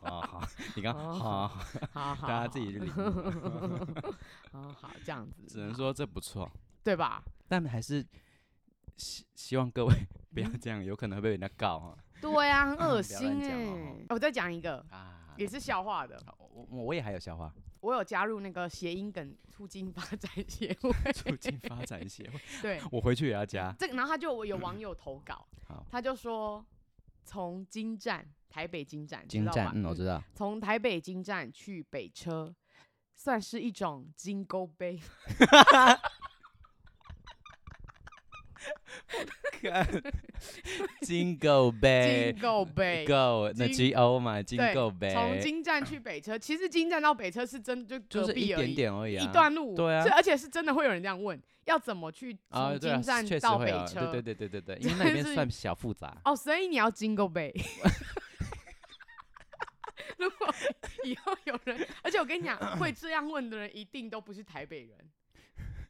[SPEAKER 3] 好好，你刚
[SPEAKER 4] 哦
[SPEAKER 3] 好好，好
[SPEAKER 4] 好好，
[SPEAKER 3] 大家自己去领 悟，
[SPEAKER 4] 好好这样子，
[SPEAKER 3] 只能
[SPEAKER 4] 好
[SPEAKER 3] 说这不错，
[SPEAKER 4] 对吧？
[SPEAKER 3] 但还是希希 望各位不要这样，有可能会被人家告啊
[SPEAKER 4] 对啊，很
[SPEAKER 3] 不
[SPEAKER 4] 恶
[SPEAKER 3] 要
[SPEAKER 4] 心
[SPEAKER 3] 乱
[SPEAKER 4] 哎、
[SPEAKER 3] 讲哦吼
[SPEAKER 4] 我再讲一个，
[SPEAKER 3] 啊
[SPEAKER 4] 也是笑话的。
[SPEAKER 3] 好我我我也还有笑 话，
[SPEAKER 4] 我有加入那个谐音梗促进发展协 会，
[SPEAKER 3] 促进发展协会，
[SPEAKER 4] 对
[SPEAKER 3] 我回去也要加。
[SPEAKER 4] 这个，然后他就我有网友投稿，
[SPEAKER 3] 好，
[SPEAKER 4] 他就说从金站台北金站，知
[SPEAKER 3] 金
[SPEAKER 4] 道
[SPEAKER 3] 站
[SPEAKER 4] 吧，
[SPEAKER 3] 嗯，我知 道，
[SPEAKER 4] 从台北金站去北车，算是一种金钩杯。
[SPEAKER 3] 金狗呗
[SPEAKER 4] 金，钩杯，
[SPEAKER 3] 狗那
[SPEAKER 4] 金
[SPEAKER 3] G O 嘛，金
[SPEAKER 4] 对
[SPEAKER 3] 狗呗，
[SPEAKER 4] 从金站去北车，其实金站到北车是真就
[SPEAKER 3] 就
[SPEAKER 4] 隔
[SPEAKER 3] 是一
[SPEAKER 4] 壁而
[SPEAKER 3] 点
[SPEAKER 4] 已，
[SPEAKER 3] 点而已、啊，
[SPEAKER 4] 一段路，
[SPEAKER 3] 对啊
[SPEAKER 4] 是而且是真的会有人这样问，要怎么去
[SPEAKER 3] 啊，
[SPEAKER 4] 从
[SPEAKER 3] 对啊
[SPEAKER 4] 金站
[SPEAKER 3] 确实
[SPEAKER 4] 到
[SPEAKER 3] 会
[SPEAKER 4] 北
[SPEAKER 3] 有
[SPEAKER 4] 车？
[SPEAKER 3] 对对对对对 对，因为
[SPEAKER 4] 真
[SPEAKER 3] 那里面
[SPEAKER 4] 是
[SPEAKER 3] 算小复 杂。
[SPEAKER 4] 哦，所以你要金钩背。 如果以后有人，而且我跟你讲，会这样问的人一定都不是台北人。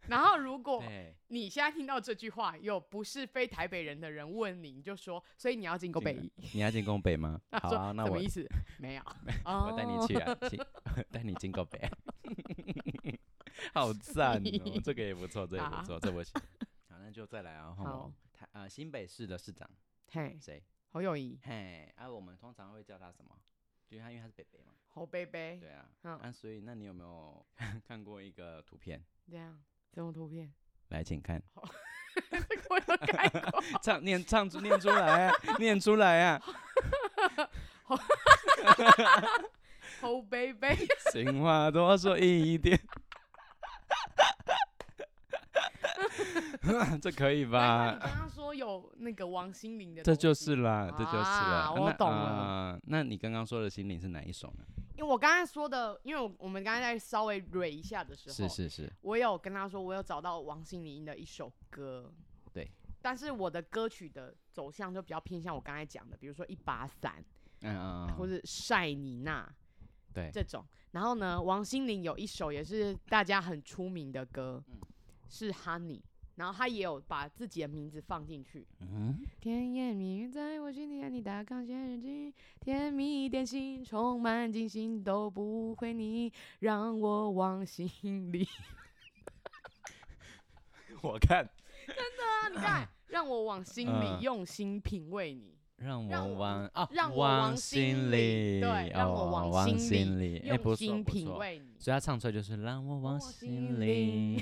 [SPEAKER 4] 然后，如果
[SPEAKER 3] 对，
[SPEAKER 4] 你现在听到这句话，有不是非台北人的人问你，你就说，所以你要金钩
[SPEAKER 3] 进
[SPEAKER 4] 背。
[SPEAKER 3] 你要进宫 北吗？
[SPEAKER 4] 那
[SPEAKER 3] 好
[SPEAKER 4] 说
[SPEAKER 3] 啊，那
[SPEAKER 4] 什
[SPEAKER 3] 我
[SPEAKER 4] 么意思？没有，
[SPEAKER 3] 我带你
[SPEAKER 4] 哦。
[SPEAKER 3] 去啊， 去 带你进宫北 啊，好赞哦，这个也不错，这也
[SPEAKER 4] 好啊
[SPEAKER 3] 不错，这我行。 好，那就再来啊，换我
[SPEAKER 4] 好
[SPEAKER 3] 台啊、新北市的市长
[SPEAKER 4] 嘿，
[SPEAKER 3] 谁？
[SPEAKER 4] 侯友谊，
[SPEAKER 3] 嘿，啊，我们通常会叫他什么？就是他，因为他是北北嘛，
[SPEAKER 4] 侯贝贝，
[SPEAKER 3] 对啊，
[SPEAKER 4] 嗯
[SPEAKER 3] 啊，所以那你有没 有看过一个图片？
[SPEAKER 4] 这样这种图片，
[SPEAKER 3] 来，请看，
[SPEAKER 4] 我有看过。
[SPEAKER 3] 唱念唱出念出来 啊，念出来啊，
[SPEAKER 4] 侯贝贝，
[SPEAKER 3] 情话多说一点。 这可以
[SPEAKER 4] 难怪 你
[SPEAKER 3] 吧？
[SPEAKER 4] 刚刚说有那个王心凌的东
[SPEAKER 3] 这
[SPEAKER 4] 西，
[SPEAKER 3] 就是啦，这就是
[SPEAKER 4] 啊
[SPEAKER 3] 啦。
[SPEAKER 4] 我
[SPEAKER 3] 那
[SPEAKER 4] 懂了
[SPEAKER 3] 啊那你刚刚说的心灵是哪一首呢？
[SPEAKER 4] 因为我刚才说的，因为我我们刚才在稍微蕊一下的时候，
[SPEAKER 3] 是是是，
[SPEAKER 4] 我有跟他说我有找到王心凌的一首歌，
[SPEAKER 3] 对，
[SPEAKER 4] 但是我的歌曲的走向就比较偏向我刚才讲的，比如说一把伞、
[SPEAKER 3] 嗯嗯
[SPEAKER 4] 哎或
[SPEAKER 3] 嗯，
[SPEAKER 4] 是晒你那
[SPEAKER 3] 对，
[SPEAKER 4] 这种。然后呢，王心凌有一首也是大家很出名的歌，
[SPEAKER 3] 嗯
[SPEAKER 4] 是 Honey。然后她也有把自己的名字放进去，
[SPEAKER 3] 嗯，
[SPEAKER 4] 甜言蜜语在我心里，和你打抗显日记，甜蜜点心充满惊心，都不会腻，让我往心里。
[SPEAKER 3] 我看
[SPEAKER 4] 那你看，让我往心里
[SPEAKER 3] 嗯
[SPEAKER 4] 用心品味 你，
[SPEAKER 3] 让
[SPEAKER 4] 让
[SPEAKER 3] 我
[SPEAKER 4] 我
[SPEAKER 3] 往啊，
[SPEAKER 4] 让我
[SPEAKER 3] 往
[SPEAKER 4] 往心里
[SPEAKER 3] 心里，
[SPEAKER 4] 对让我
[SPEAKER 3] 哦
[SPEAKER 4] 往
[SPEAKER 3] 往
[SPEAKER 4] 心
[SPEAKER 3] 心里，哎，不
[SPEAKER 4] 用
[SPEAKER 3] 错
[SPEAKER 4] 心
[SPEAKER 3] 不
[SPEAKER 4] 品
[SPEAKER 3] 错。
[SPEAKER 4] 味你，
[SPEAKER 3] 所以他唱出来就是让我往
[SPEAKER 4] 往
[SPEAKER 3] 心
[SPEAKER 4] 心
[SPEAKER 3] 里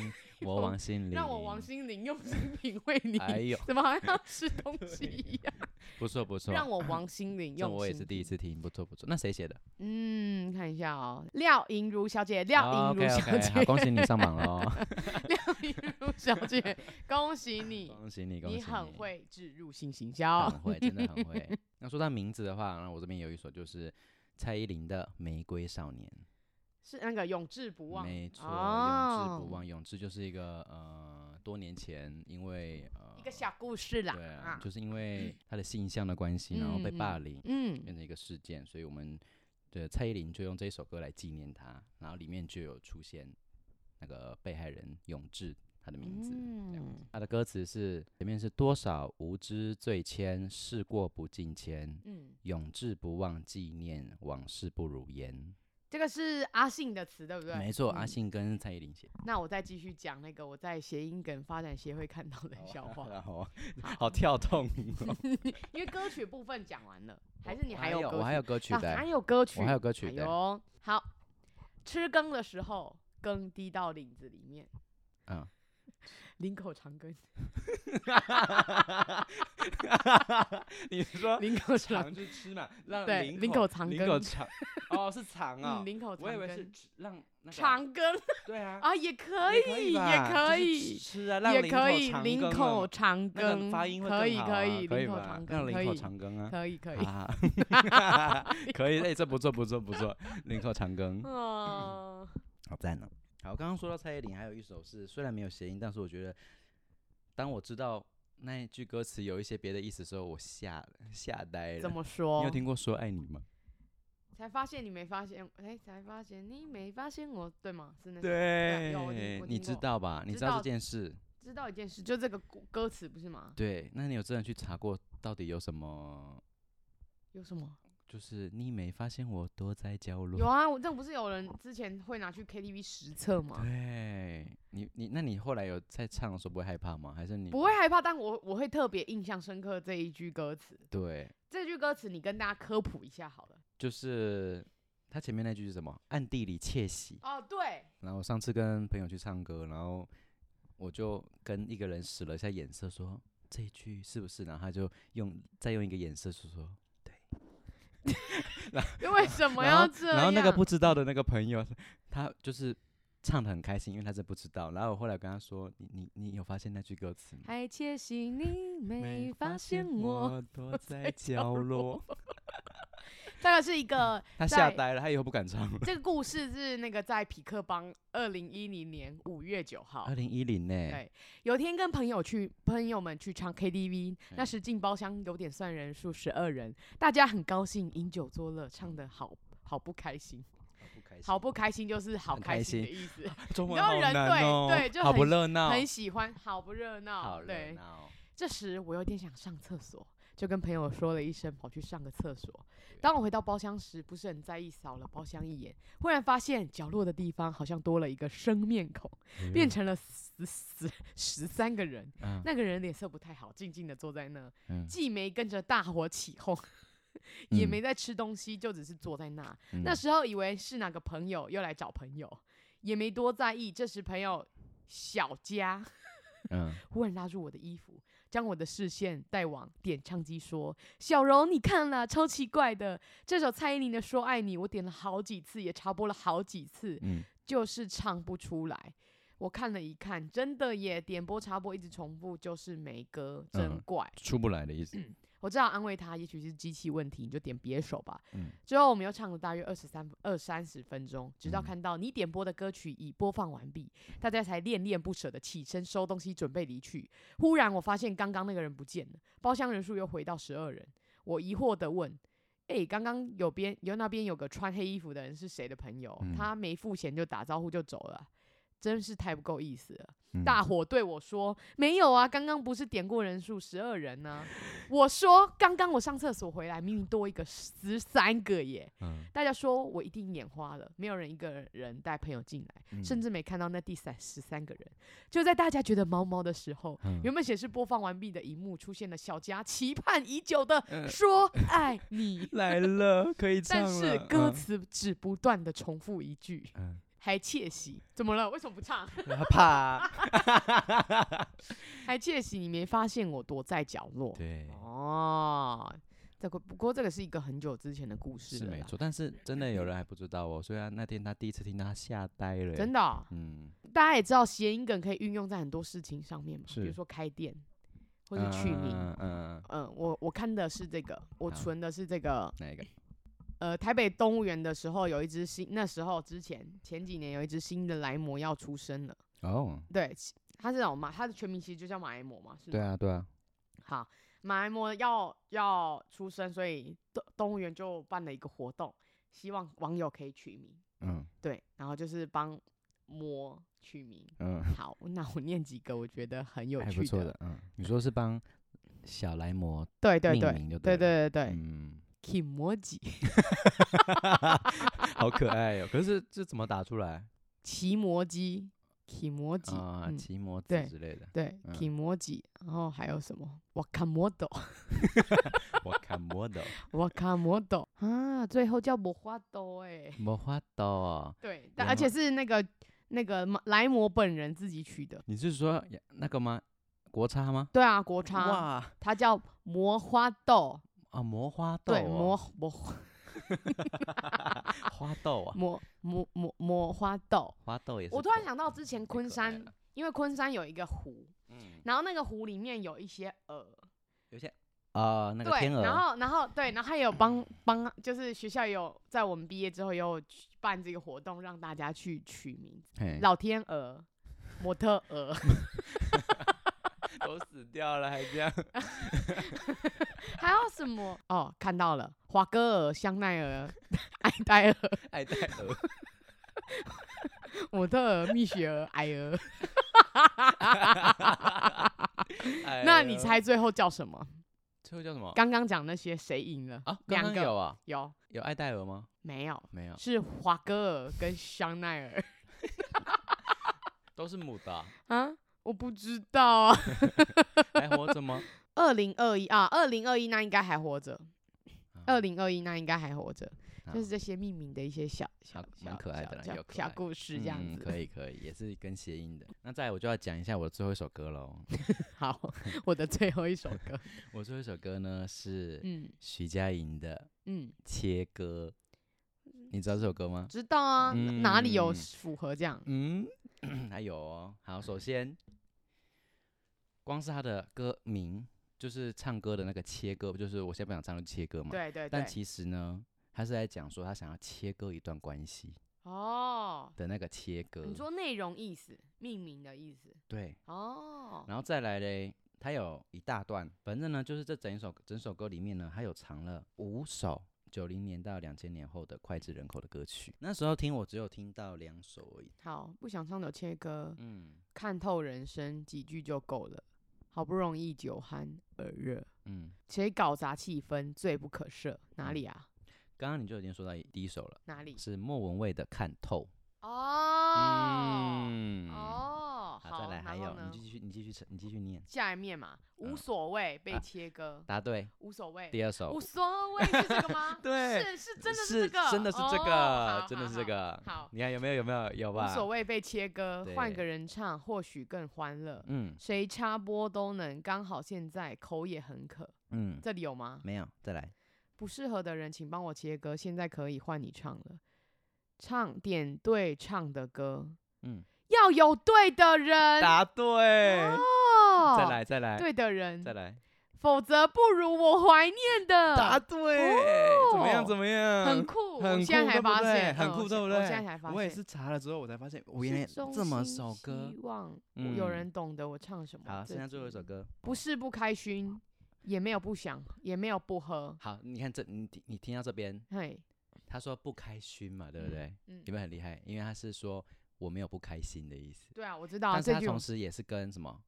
[SPEAKER 4] 里，
[SPEAKER 3] 我往心里，
[SPEAKER 4] 让我往心里用心品味你。
[SPEAKER 3] 哎呦，
[SPEAKER 4] 怎么好像吃东西一样？
[SPEAKER 3] 不错不错，
[SPEAKER 4] 让我王心凌
[SPEAKER 3] 这
[SPEAKER 4] 用心。
[SPEAKER 3] 我也是第一。次听，不错不错。那谁写的？
[SPEAKER 4] 嗯，看一下哦，廖莹如小姐，廖莹
[SPEAKER 3] OK
[SPEAKER 4] 如小
[SPEAKER 3] OK，
[SPEAKER 4] 姐，
[SPEAKER 3] 好，恭喜你上榜了哦，
[SPEAKER 4] 廖莹如小姐， 恭喜 你，
[SPEAKER 3] 恭喜你，恭喜
[SPEAKER 4] 你很，会哦植入性行销
[SPEAKER 3] 很。会，真的 很会。那说到名字的话，那我这边有一首就是蔡依林的《玫瑰少年》。
[SPEAKER 4] 是那个永志不忘，
[SPEAKER 3] 没错，永志
[SPEAKER 4] 哦
[SPEAKER 3] 不忘，永志就是一个呃，多年前因为呃
[SPEAKER 4] 一个小故事啦。
[SPEAKER 3] 对啊
[SPEAKER 4] 啊，
[SPEAKER 3] 就是因为他的性向的关系，然后被
[SPEAKER 4] 嗯
[SPEAKER 3] 霸凌，变
[SPEAKER 4] 嗯，
[SPEAKER 3] 成一个事件，所以我们的蔡依林就用这首歌来纪念他，然后里面就有出现那个被害人永志他的名字。这样子
[SPEAKER 4] 嗯
[SPEAKER 3] 他的歌词是前面是多少无知罪愆，事过不境迁，
[SPEAKER 4] 嗯，
[SPEAKER 3] 永志不忘纪念，往事不如烟。
[SPEAKER 4] 这个是阿信的词，对不对？
[SPEAKER 3] 没错，阿
[SPEAKER 4] 嗯。
[SPEAKER 3] 信跟蔡依林写的。
[SPEAKER 4] 那我再继续讲那个我在谐音梗发展协会看到的
[SPEAKER 3] 哦
[SPEAKER 4] 笑话，
[SPEAKER 3] 然后好跳痛哦、
[SPEAKER 4] 因为歌曲部分讲完了，还是你
[SPEAKER 3] 我
[SPEAKER 4] 还有歌曲？
[SPEAKER 3] 我 还有歌
[SPEAKER 4] 啊还有歌曲，
[SPEAKER 3] 曲的、我还有歌曲
[SPEAKER 4] 哎
[SPEAKER 3] 的、
[SPEAKER 4] 呦，好，吃羹的时候，羹滴到领子里面，
[SPEAKER 3] 嗯，
[SPEAKER 4] 领口长羹，
[SPEAKER 3] 你 说
[SPEAKER 4] 领口长，
[SPEAKER 3] 藏就吃嘛，让
[SPEAKER 4] 对
[SPEAKER 3] 领
[SPEAKER 4] 领
[SPEAKER 3] 口
[SPEAKER 4] 口藏
[SPEAKER 3] 领
[SPEAKER 4] 羹
[SPEAKER 3] 口藏，哦是藏啊、
[SPEAKER 4] 嗯，领口
[SPEAKER 3] 我以
[SPEAKER 4] 长
[SPEAKER 3] 为是
[SPEAKER 4] 羹，
[SPEAKER 3] 吃让那个
[SPEAKER 4] 长羹
[SPEAKER 3] 对啊，
[SPEAKER 4] 啊，也可
[SPEAKER 3] 也
[SPEAKER 4] 以，
[SPEAKER 3] 吧
[SPEAKER 4] 也可
[SPEAKER 3] 就是
[SPEAKER 4] 以
[SPEAKER 3] 吃，吃啊，让
[SPEAKER 4] 也
[SPEAKER 3] 领
[SPEAKER 4] 可
[SPEAKER 3] 口
[SPEAKER 4] 以，
[SPEAKER 3] 长
[SPEAKER 4] 领
[SPEAKER 3] 羹啊
[SPEAKER 4] 口长
[SPEAKER 3] 那个
[SPEAKER 4] 羹，
[SPEAKER 3] 发音会
[SPEAKER 4] 可
[SPEAKER 3] 更
[SPEAKER 4] 以，
[SPEAKER 3] 好
[SPEAKER 4] 可
[SPEAKER 3] 啊
[SPEAKER 4] 以，
[SPEAKER 3] 可以
[SPEAKER 4] 领口
[SPEAKER 3] 吧
[SPEAKER 4] 长
[SPEAKER 3] 让
[SPEAKER 4] 羹，可
[SPEAKER 3] 领口
[SPEAKER 4] 以，
[SPEAKER 3] 长羹啊，
[SPEAKER 4] 可 以，可以，
[SPEAKER 3] 啊， 可以，哎、这不错不错不错，领口长羹。
[SPEAKER 4] 嗯，
[SPEAKER 3] 好赞呢、好，刚刚说到蔡依林，还有一首是虽然没有谐音，但是我觉得，当我知道那一句歌词有一些别的意思的时候，我吓吓呆了
[SPEAKER 4] 怎。么
[SPEAKER 3] 你有
[SPEAKER 4] 说？
[SPEAKER 3] 听过《说爱你》吗？
[SPEAKER 4] 才发现你没发现，哎，才发现你没发现我，对吗？是那
[SPEAKER 3] 对
[SPEAKER 4] 有我听我
[SPEAKER 3] 你
[SPEAKER 4] 听
[SPEAKER 3] 知
[SPEAKER 4] 过
[SPEAKER 3] 道吧？你
[SPEAKER 4] 知
[SPEAKER 3] 知道
[SPEAKER 4] 道
[SPEAKER 3] 这件事。
[SPEAKER 4] 知道一件事，就这个歌歌词不是吗？
[SPEAKER 3] 对，那你有真的去查过到底有什么？
[SPEAKER 4] 有什么？
[SPEAKER 3] 就是你没发现我躲在角落？
[SPEAKER 4] 有啊，我这不是有人之前会拿去 KTV 实测吗？
[SPEAKER 3] 对，你你那你后来有在唱的时候不会害怕吗？还是你
[SPEAKER 4] 不会？啊害怕，但我我会特别印象深刻这一句歌词。
[SPEAKER 3] 对，
[SPEAKER 4] 这句歌词你跟大家科普一下好了。
[SPEAKER 3] 就是他前面那句是什么？暗地里窃喜。
[SPEAKER 4] 哦，对，
[SPEAKER 3] 然后上次跟朋友去唱歌，然后我就跟一个人使了一下眼色说，这一句是不是？然后他就用再用一个眼色说说，
[SPEAKER 4] 为什么
[SPEAKER 3] 然
[SPEAKER 4] 要
[SPEAKER 3] 后
[SPEAKER 4] 这样？
[SPEAKER 3] 然后那个不知道的那个朋友，他就是唱的很开心，因为他真不知道。然后我后来跟他说，你你你有发现那句歌词吗？
[SPEAKER 4] 还窃喜你没发现我，
[SPEAKER 3] 躲在角落，
[SPEAKER 4] 这个是一个
[SPEAKER 3] 他吓
[SPEAKER 4] 在
[SPEAKER 3] 呆了，他以后不敢唱了。
[SPEAKER 4] 这个故事是那个在匹克邦二零一零年五月九号
[SPEAKER 3] 二，零一零呢
[SPEAKER 4] 对？有天跟朋友去朋友们去唱 KTV，那
[SPEAKER 3] 嗯
[SPEAKER 4] 时进包厢有点算人数十二人，大家很高兴饮酒作乐，唱的好好不开心。
[SPEAKER 3] 不开
[SPEAKER 4] 好不开心就是好
[SPEAKER 3] 很
[SPEAKER 4] 开
[SPEAKER 3] 开
[SPEAKER 4] 心的
[SPEAKER 3] 心
[SPEAKER 4] 意思，
[SPEAKER 3] 中
[SPEAKER 4] 你
[SPEAKER 3] 文
[SPEAKER 4] 知道
[SPEAKER 3] 好
[SPEAKER 4] 人
[SPEAKER 3] 难
[SPEAKER 4] 对
[SPEAKER 3] 哦，
[SPEAKER 4] 对就
[SPEAKER 3] 好不
[SPEAKER 4] 很
[SPEAKER 3] 热闹，
[SPEAKER 4] 很喜欢，好不热
[SPEAKER 3] 好
[SPEAKER 4] 闹。
[SPEAKER 3] 热
[SPEAKER 4] 对，
[SPEAKER 3] 闹。
[SPEAKER 4] 这时我有点想上厕所，就跟朋友说了一声，跑去上个厕所。当我回到包厢时，不是很在意，扫了包厢一眼，忽然发现角落的地方好像多了一个生面孔，变成了十十十三个人。
[SPEAKER 3] 嗯
[SPEAKER 4] 那个人脸色不太好，静静的坐在那，
[SPEAKER 3] 嗯
[SPEAKER 4] 既没跟着大伙起哄，也
[SPEAKER 3] 嗯
[SPEAKER 4] 没在吃东西，就只是坐在那。
[SPEAKER 3] 嗯
[SPEAKER 4] 那时候以为是哪个朋友又来找朋友，也没多在意。这时朋友小佳
[SPEAKER 3] 嗯，
[SPEAKER 4] 忽然拉住我的衣服，将我的视线带往点唱机，说：“小柔，你看啦，超奇怪的。这首蔡依林的《说爱你》，我点了好几次，也插播了好几次，
[SPEAKER 3] 嗯
[SPEAKER 4] 就是唱不出来。”我看了一看，真的耶，点播插播一直重复，就是没歌，真
[SPEAKER 3] 嗯
[SPEAKER 4] 怪。
[SPEAKER 3] 出不来的意思。
[SPEAKER 4] 我只好安慰他，也许是机器问题，你就点别首吧。
[SPEAKER 3] 嗯
[SPEAKER 4] 之后我们又唱了大约二十三二三十分钟，直到
[SPEAKER 3] 嗯
[SPEAKER 4] 看到你点播的歌曲已播放完毕，大家才恋恋不舍的起身收东西准备离去。忽然我发现刚刚那个人不见了，包厢人数又回到十二人。我疑惑的问：“诶，刚刚有边有那边有个穿黑衣服的人是谁的朋友？
[SPEAKER 3] 嗯
[SPEAKER 4] 他没付钱就打招呼就走了啊，真是太不够意思了。”
[SPEAKER 3] 嗯
[SPEAKER 4] 大伙对我说：“没有啊，刚刚不是点过人数十二人呢、啊我说：“刚刚我上厕所回来，明明多一个十三个耶。
[SPEAKER 3] 嗯”
[SPEAKER 4] 大家说我一定眼花了，没有人一个人带朋友进来，
[SPEAKER 3] 嗯
[SPEAKER 4] 甚至没看到那第三十三个人。就在大家觉得毛毛的时候，
[SPEAKER 3] 嗯
[SPEAKER 4] 原本显示播放完毕的荧幕出现了小佳期盼已久的
[SPEAKER 3] 嗯
[SPEAKER 4] 《说爱 你》，
[SPEAKER 3] 来了，可以唱
[SPEAKER 4] 但
[SPEAKER 3] 了。
[SPEAKER 4] 是歌词只不断的重复一句。
[SPEAKER 3] 嗯，
[SPEAKER 4] 还窃喜，怎么了？为什么不 唱？
[SPEAKER 3] 他怕啊、
[SPEAKER 4] 还窃喜，你没发现我躲在角落？
[SPEAKER 3] 对，
[SPEAKER 4] 哦，这个不过这个是一个很久之前的故事
[SPEAKER 3] 是
[SPEAKER 4] 了
[SPEAKER 3] 没
[SPEAKER 4] 啦
[SPEAKER 3] 错。但是真的有人还不知道哦，所以他那天他第一次听到，他吓呆了。
[SPEAKER 4] 真，的哦、
[SPEAKER 3] 嗯，
[SPEAKER 4] 大家也知道谐音梗可以运用在很多事情上面嘛，比
[SPEAKER 3] 是
[SPEAKER 4] 如说开店或者取名。嗯
[SPEAKER 3] 嗯嗯嗯，嗯
[SPEAKER 4] 我我看的是这个，我
[SPEAKER 3] 好
[SPEAKER 4] 存的是这个。
[SPEAKER 3] 哪一个？
[SPEAKER 4] 呃，台北动物园的时候有一只新，那时候之前前几年有一只新的莱摩要出生了。
[SPEAKER 3] 哦，
[SPEAKER 4] 对，其它是那种马，它的全名其实就叫马来貘嘛，是吗？
[SPEAKER 3] 对啊，对啊，
[SPEAKER 4] 好，马来貘要要出生，所以动动物园就办了一个活动，希望网友可以取名。
[SPEAKER 3] 嗯
[SPEAKER 4] 对，然后就是帮魔取名。
[SPEAKER 3] 嗯，
[SPEAKER 4] 好，那我念几个我觉得很有
[SPEAKER 3] 还不
[SPEAKER 4] 趣
[SPEAKER 3] 错的，嗯。你说是帮小莱摩，
[SPEAKER 4] 对对
[SPEAKER 3] 命
[SPEAKER 4] 对，
[SPEAKER 3] 名就
[SPEAKER 4] 对对
[SPEAKER 3] 对
[SPEAKER 4] 对对
[SPEAKER 3] 嗯，
[SPEAKER 4] ，kimoji
[SPEAKER 3] 好可爱哦。可是这怎么打出来
[SPEAKER 4] 奇摩鸡，kimoji，
[SPEAKER 3] 啊？
[SPEAKER 4] 嗯
[SPEAKER 3] 骑摩
[SPEAKER 4] 对，
[SPEAKER 3] 子之类的
[SPEAKER 4] 对
[SPEAKER 3] 嗯
[SPEAKER 4] ，kimoji，然后还有什么？wakamoto
[SPEAKER 3] 我看摩的
[SPEAKER 4] wakamoto 啊，最后叫魔花豆哎，
[SPEAKER 3] 魔花刀哦。
[SPEAKER 4] 对，但
[SPEAKER 3] 原
[SPEAKER 4] 而且
[SPEAKER 3] 来
[SPEAKER 4] 是那个那个马莱摩本人自己取的。
[SPEAKER 3] 你是说那个吗？国差吗？
[SPEAKER 4] 对啊，国昌，
[SPEAKER 3] 哇
[SPEAKER 4] 他叫魔花豆，
[SPEAKER 3] 啊，魔花豆、哦，
[SPEAKER 4] 对，魔魔
[SPEAKER 3] 花豆啊，
[SPEAKER 4] 魔魔魔魔花豆。
[SPEAKER 3] 花豆也是。
[SPEAKER 4] 我突然，想到之前
[SPEAKER 3] 太
[SPEAKER 4] 昆
[SPEAKER 3] 可爱
[SPEAKER 4] 山
[SPEAKER 3] 了，
[SPEAKER 4] 因为昆山有一个湖，
[SPEAKER 3] 嗯，
[SPEAKER 4] 然后那个湖里面有一些鹅，
[SPEAKER 3] 有些啊、那个
[SPEAKER 4] 对
[SPEAKER 3] 天，鹅，
[SPEAKER 4] 然后然后对，然后他也有帮帮，就是学校也有在我们毕业之后也有举办这个活动，让大家去取名字，
[SPEAKER 3] 嘿
[SPEAKER 4] 老天鹅、模特鹅，
[SPEAKER 3] 都死掉了还这样，
[SPEAKER 4] 还有什么？哦，看到了，华歌儿、香奈儿、 爱戴儿、
[SPEAKER 3] 爱 戴鹅，
[SPEAKER 4] 模特儿、蜜雪儿、矮儿，
[SPEAKER 3] 哎
[SPEAKER 4] 那你
[SPEAKER 3] 呦
[SPEAKER 4] 猜最后叫什么？
[SPEAKER 3] 最后叫什么？
[SPEAKER 4] 刚刚讲那些谁赢了？
[SPEAKER 3] 啊，
[SPEAKER 4] 两
[SPEAKER 3] 刚
[SPEAKER 4] 个
[SPEAKER 3] 刚有啊，
[SPEAKER 4] 有
[SPEAKER 3] 有爱戴鹅吗？
[SPEAKER 4] 没有？
[SPEAKER 3] 没有，
[SPEAKER 4] 是华歌尔跟香奈儿
[SPEAKER 3] 都是母的啊、
[SPEAKER 4] 啊？ 我不知道啊。
[SPEAKER 3] 还活 着吗？
[SPEAKER 4] 二零二一啊，二零二一那应该还活着，
[SPEAKER 3] 啊
[SPEAKER 4] 二零二一那应该还活着，就
[SPEAKER 3] 好
[SPEAKER 4] 是这些命名的一些小小
[SPEAKER 3] 好
[SPEAKER 4] 小
[SPEAKER 3] 蛮可爱的啦
[SPEAKER 4] 小
[SPEAKER 3] 有
[SPEAKER 4] 小
[SPEAKER 3] 可
[SPEAKER 4] 小
[SPEAKER 3] 爱
[SPEAKER 4] 故事这样
[SPEAKER 3] 嗯
[SPEAKER 4] 子。
[SPEAKER 3] 可以可以，也是跟谐音的。那再来我就要讲一下我的最后一首歌喽。
[SPEAKER 4] 好，我的最后一首 歌，
[SPEAKER 3] 我最后一首歌呢是
[SPEAKER 4] 嗯
[SPEAKER 3] 徐佳莹的
[SPEAKER 4] 嗯，
[SPEAKER 3] 《切割》，你知道这首歌吗？
[SPEAKER 4] 知道啊，哪里有
[SPEAKER 3] 嗯
[SPEAKER 4] 符合这样？
[SPEAKER 3] 嗯， 还有哦，好，首先，光是他的歌名，就是唱歌的那个切割，不就是我现在不想唱就切割嘛？。
[SPEAKER 4] 对对对
[SPEAKER 3] 但，其实呢，他是在讲说他想要切割一段关系
[SPEAKER 4] 哦，
[SPEAKER 3] 的那个切割。
[SPEAKER 4] 你说内容意思，命名的意思，
[SPEAKER 3] 对，
[SPEAKER 4] 哦，
[SPEAKER 3] 然后再来嘞，他有一大段，反正呢，就是这整一首整首歌里面呢，他有藏了五首。九零年到两千年后的脍炙人口的歌曲，那时候听我只有听到两首而已。
[SPEAKER 4] 好，不想唱的切歌，
[SPEAKER 3] 嗯
[SPEAKER 4] 看透人生几句就够了，好不容易酒酣耳热。
[SPEAKER 3] 嗯，
[SPEAKER 4] 谁搞砸气氛，罪不可赦。哪里啊？
[SPEAKER 3] 刚刚你就已经说到一第一首了。
[SPEAKER 4] 哪里？
[SPEAKER 3] 是莫文蔚的《看透》。
[SPEAKER 4] 哦、
[SPEAKER 3] 嗯，
[SPEAKER 4] 哦，
[SPEAKER 3] 好，再来还
[SPEAKER 4] 然后
[SPEAKER 3] 有，
[SPEAKER 4] 呢
[SPEAKER 3] 你？继续，你继续唱，你继续念。
[SPEAKER 4] 下一面嘛，无
[SPEAKER 3] 嗯
[SPEAKER 4] 所谓被
[SPEAKER 3] 啊
[SPEAKER 4] 切割，
[SPEAKER 3] 答对，
[SPEAKER 4] 无所谓，
[SPEAKER 3] 第二首？
[SPEAKER 4] 无所谓是这个吗 是
[SPEAKER 3] 对
[SPEAKER 4] 是真的这
[SPEAKER 3] 是
[SPEAKER 4] 个，
[SPEAKER 3] 真的是这
[SPEAKER 4] 哦
[SPEAKER 3] 个，
[SPEAKER 4] 好
[SPEAKER 3] 真的
[SPEAKER 4] 好
[SPEAKER 3] 是这个。
[SPEAKER 4] 好。
[SPEAKER 3] 你看有没有有没有有
[SPEAKER 4] 好，
[SPEAKER 3] 吧？
[SPEAKER 4] 无所谓被切割，换个
[SPEAKER 3] 对
[SPEAKER 4] 人唱或许更欢乐。
[SPEAKER 3] 嗯
[SPEAKER 4] 谁插播都能，刚好现在口也很渴，
[SPEAKER 3] 嗯，
[SPEAKER 4] 这里有吗？
[SPEAKER 3] 没有，再来。
[SPEAKER 4] 不适合的人，请帮我切歌。现在可以换你唱了，唱点对唱的歌，
[SPEAKER 3] 嗯，
[SPEAKER 4] 要有对的人
[SPEAKER 3] 答对，
[SPEAKER 4] 呃哦，
[SPEAKER 3] 再，来再来，
[SPEAKER 4] 对嗯的人
[SPEAKER 3] 再，来，
[SPEAKER 4] 否则不如我怀念
[SPEAKER 3] 答
[SPEAKER 4] 的，
[SPEAKER 3] 对，怎么样
[SPEAKER 4] 哦
[SPEAKER 3] 怎么样？
[SPEAKER 4] 很酷，我
[SPEAKER 3] 嗯很
[SPEAKER 4] 现在
[SPEAKER 3] 酷
[SPEAKER 4] 才
[SPEAKER 3] 对不
[SPEAKER 4] 发
[SPEAKER 3] 对
[SPEAKER 4] 现，
[SPEAKER 3] 很
[SPEAKER 4] 嗯
[SPEAKER 3] 酷，
[SPEAKER 4] 我
[SPEAKER 3] 对不
[SPEAKER 4] 现
[SPEAKER 3] 对？
[SPEAKER 4] 我现在才发现，
[SPEAKER 3] 我也是查了之后，我才发现，我
[SPEAKER 4] 是
[SPEAKER 3] 原来
[SPEAKER 4] 衷
[SPEAKER 3] 这么
[SPEAKER 4] 心
[SPEAKER 3] 首歌
[SPEAKER 4] 希。望有
[SPEAKER 3] 嗯
[SPEAKER 4] 人懂得我唱什么。
[SPEAKER 3] 好，
[SPEAKER 4] 这
[SPEAKER 3] 剩下最后一首歌。
[SPEAKER 4] 不是不开心，也没有不想，也没有不喝，
[SPEAKER 3] 好，你看这，你你听到这边，
[SPEAKER 4] 嘿，
[SPEAKER 3] 他说不开心嘛，对不对？
[SPEAKER 4] 嗯
[SPEAKER 3] 有，没有很厉害？因为他是说我没有不开心的意思，
[SPEAKER 4] 对啊，我知道啊
[SPEAKER 3] 但是
[SPEAKER 4] 这
[SPEAKER 3] 他
[SPEAKER 4] 句
[SPEAKER 3] 同时也是跟什么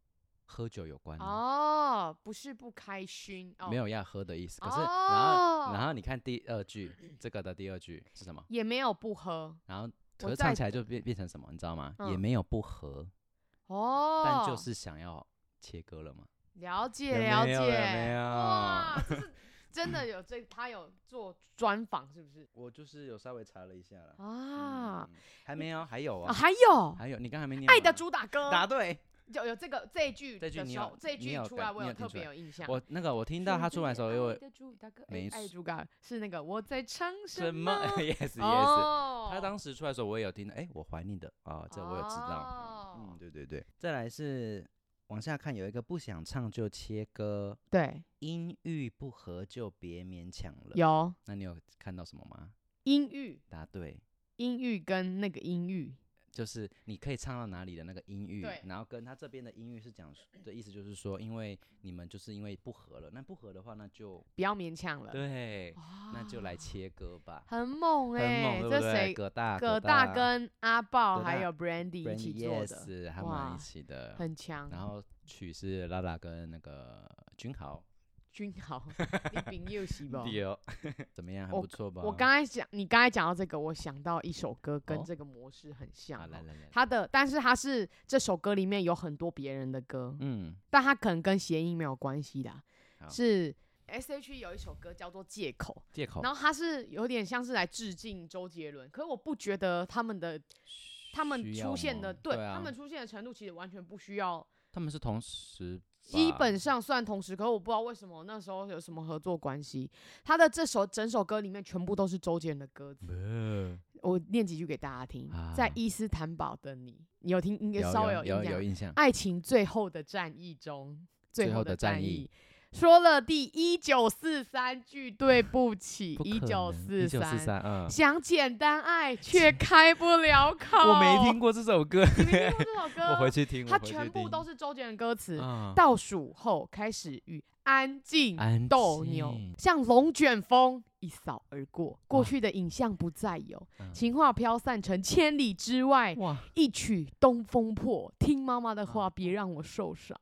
[SPEAKER 3] 喝酒有关啊、
[SPEAKER 4] 哦，不是不开心，哦
[SPEAKER 3] 没有要喝的意思。可是、然后然后你看第二句，这个的第二句是什么？
[SPEAKER 4] 也没有不喝
[SPEAKER 3] 然后
[SPEAKER 4] 我
[SPEAKER 3] 可是
[SPEAKER 4] 再
[SPEAKER 3] 唱起来就变变成什么，你知道吗？也
[SPEAKER 4] 嗯
[SPEAKER 3] 没有不合，
[SPEAKER 4] 哦，
[SPEAKER 3] 但就是想要切割了嘛。
[SPEAKER 4] 了解
[SPEAKER 3] 有
[SPEAKER 4] 了
[SPEAKER 3] 没
[SPEAKER 4] 解，
[SPEAKER 3] 有有没有
[SPEAKER 4] 哇，这是真的有这，他有做专访是不是？
[SPEAKER 3] 我就是有稍微查了一下了。
[SPEAKER 4] 啊，
[SPEAKER 3] 嗯，还没有，还有
[SPEAKER 4] 啊
[SPEAKER 3] 啊，
[SPEAKER 4] 还有《
[SPEAKER 3] 还有，你刚才没念完啊。
[SPEAKER 4] 爱的主打歌》
[SPEAKER 3] 答对，
[SPEAKER 4] 有有这个这一句的
[SPEAKER 3] 这句你
[SPEAKER 4] 时候
[SPEAKER 3] 有，
[SPEAKER 4] 这一
[SPEAKER 3] 你
[SPEAKER 4] 句
[SPEAKER 3] 有
[SPEAKER 4] 出
[SPEAKER 3] 感
[SPEAKER 4] 来我
[SPEAKER 3] 你
[SPEAKER 4] 有
[SPEAKER 3] 有听
[SPEAKER 4] 特
[SPEAKER 3] 出
[SPEAKER 4] 别
[SPEAKER 3] 来
[SPEAKER 4] 有印象。
[SPEAKER 3] 我那个我听到他出来的时候，因为没
[SPEAKER 4] 没哎爱
[SPEAKER 3] 事
[SPEAKER 4] 猪嘎是那个我在唱什
[SPEAKER 3] 什么 ？yes yes，
[SPEAKER 4] 哦，
[SPEAKER 3] 他当时出来的时候我也有听到，哎，我怀念的啊，这我有知道。嗯，
[SPEAKER 4] 道。
[SPEAKER 3] 对对对。再来是往下看，有一个不想唱就切歌，
[SPEAKER 4] 对，
[SPEAKER 3] 音域不合就别勉强了。
[SPEAKER 4] 有
[SPEAKER 3] 那你有看到什么吗？
[SPEAKER 4] 音域，
[SPEAKER 3] 答对，
[SPEAKER 4] 音域跟那个音域，
[SPEAKER 3] 就是你可以唱到哪里的那个音域
[SPEAKER 4] 对，
[SPEAKER 3] 然后跟他这边的音域是讲的意思，就是说，因为你们就是因为不合了，那不合的话，那就
[SPEAKER 4] 不要勉强了。
[SPEAKER 3] 对，那就来
[SPEAKER 4] 哇
[SPEAKER 3] 切歌吧，
[SPEAKER 4] 很猛
[SPEAKER 3] 很
[SPEAKER 4] 哎、
[SPEAKER 3] 猛，对
[SPEAKER 4] 这
[SPEAKER 3] 不对？
[SPEAKER 4] 谁？
[SPEAKER 3] 葛大，
[SPEAKER 4] 葛
[SPEAKER 3] 大
[SPEAKER 4] 大跟阿豹
[SPEAKER 3] 葛
[SPEAKER 4] 还
[SPEAKER 3] 大
[SPEAKER 4] 有 Brandy 一起做的，
[SPEAKER 3] yes，他们
[SPEAKER 4] 哇
[SPEAKER 3] 一起的，
[SPEAKER 4] 很强。
[SPEAKER 3] 然后曲是拉拉跟那个君豪，
[SPEAKER 4] 君 豪，你朋友是不？
[SPEAKER 3] 哦，怎么样？还
[SPEAKER 4] 我
[SPEAKER 3] 不错吧？
[SPEAKER 4] 我刚才讲，你刚才讲到这个，我想到一首歌
[SPEAKER 3] 哦
[SPEAKER 4] 跟这个模式很像、
[SPEAKER 3] 啊，来
[SPEAKER 4] 哦
[SPEAKER 3] 来来，
[SPEAKER 4] 他的，但是他是这首歌里面有很多别人的歌，
[SPEAKER 3] 嗯，
[SPEAKER 4] 但他可能跟谐音没有关系的啊，
[SPEAKER 3] 好
[SPEAKER 4] 是 S H E 有一首歌叫做《借口》，
[SPEAKER 3] 借口
[SPEAKER 4] 然后他是有点像是来致敬周杰伦，可是我不觉得他们的他们
[SPEAKER 3] 需
[SPEAKER 4] 出
[SPEAKER 3] 要
[SPEAKER 4] 现
[SPEAKER 3] 吗
[SPEAKER 4] 的，
[SPEAKER 3] 对啊，
[SPEAKER 4] 他们出现的程度其实完全不需要，
[SPEAKER 3] 他们是同时
[SPEAKER 4] 基
[SPEAKER 3] 吧
[SPEAKER 4] 本上算同时。可是我不知道为什么那时候有什么合作关系。他的这首整首歌里面全部都是周杰伦的歌词，
[SPEAKER 3] 呃
[SPEAKER 4] 我念几句给大家听。在
[SPEAKER 3] 啊
[SPEAKER 4] 伊斯坦堡的你，你有听？应该
[SPEAKER 3] 有
[SPEAKER 4] 稍微
[SPEAKER 3] 有
[SPEAKER 4] 印象
[SPEAKER 3] 有。印象，
[SPEAKER 4] 爱情最后的战役中，
[SPEAKER 3] 最
[SPEAKER 4] 最
[SPEAKER 3] 后
[SPEAKER 4] 后
[SPEAKER 3] 的
[SPEAKER 4] 的
[SPEAKER 3] 战
[SPEAKER 4] 战
[SPEAKER 3] 役
[SPEAKER 4] 役。说了第一九四三句对不起，一九
[SPEAKER 3] 一
[SPEAKER 4] 四
[SPEAKER 3] 九四三，嗯，
[SPEAKER 4] 想简单 爱却开不了口。
[SPEAKER 3] 我没听，过这首歌，
[SPEAKER 4] 你没听过这首歌？
[SPEAKER 3] 我回去听，
[SPEAKER 4] 它全部都是周杰伦歌词。
[SPEAKER 3] 啊，
[SPEAKER 4] 倒数后开始与安静
[SPEAKER 3] 安
[SPEAKER 4] 斗牛
[SPEAKER 3] 静，
[SPEAKER 4] 像龙卷风一扫而过，过
[SPEAKER 3] 哇
[SPEAKER 4] 去的影像不再有，
[SPEAKER 3] 嗯
[SPEAKER 4] 情话飘散成千里之外。
[SPEAKER 3] 哇，啊嗯
[SPEAKER 4] 一曲东风破，听妈妈的话，别让我受伤。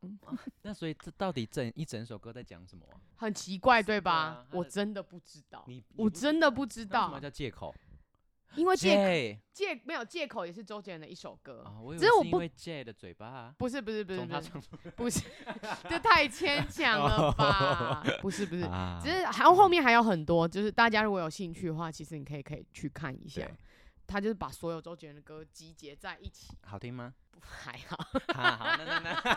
[SPEAKER 3] 那所以这到底整一整首歌在讲什么啊？
[SPEAKER 4] 很奇怪，对
[SPEAKER 3] 啊
[SPEAKER 4] 吧？
[SPEAKER 3] 它
[SPEAKER 4] 我
[SPEAKER 3] 的
[SPEAKER 4] 真的不知道，
[SPEAKER 3] 你你
[SPEAKER 4] 我
[SPEAKER 3] 不
[SPEAKER 4] 真的不知
[SPEAKER 3] 那为什
[SPEAKER 4] 道
[SPEAKER 3] 么，叫借口？
[SPEAKER 4] 因为借
[SPEAKER 3] 借
[SPEAKER 4] 借没有借口也是周杰伦的一首歌。
[SPEAKER 3] 啊，我以
[SPEAKER 4] 只
[SPEAKER 3] 为
[SPEAKER 4] 是我
[SPEAKER 3] 是因
[SPEAKER 4] 不
[SPEAKER 3] 为 J 的嘴巴啊，
[SPEAKER 4] 不是不是不是
[SPEAKER 3] 从他
[SPEAKER 4] 不是
[SPEAKER 3] 唱出
[SPEAKER 4] 不是， 这太牵强了 吧？不是不是，
[SPEAKER 3] 啊
[SPEAKER 4] 只是还有后面还有很多，就是大家如果有兴趣的话，其实你可以可以去看一下
[SPEAKER 3] 对。
[SPEAKER 4] 他就是把所有周杰伦的歌集结在一起，
[SPEAKER 3] 好听吗？
[SPEAKER 4] 不还好
[SPEAKER 3] 哈好，那那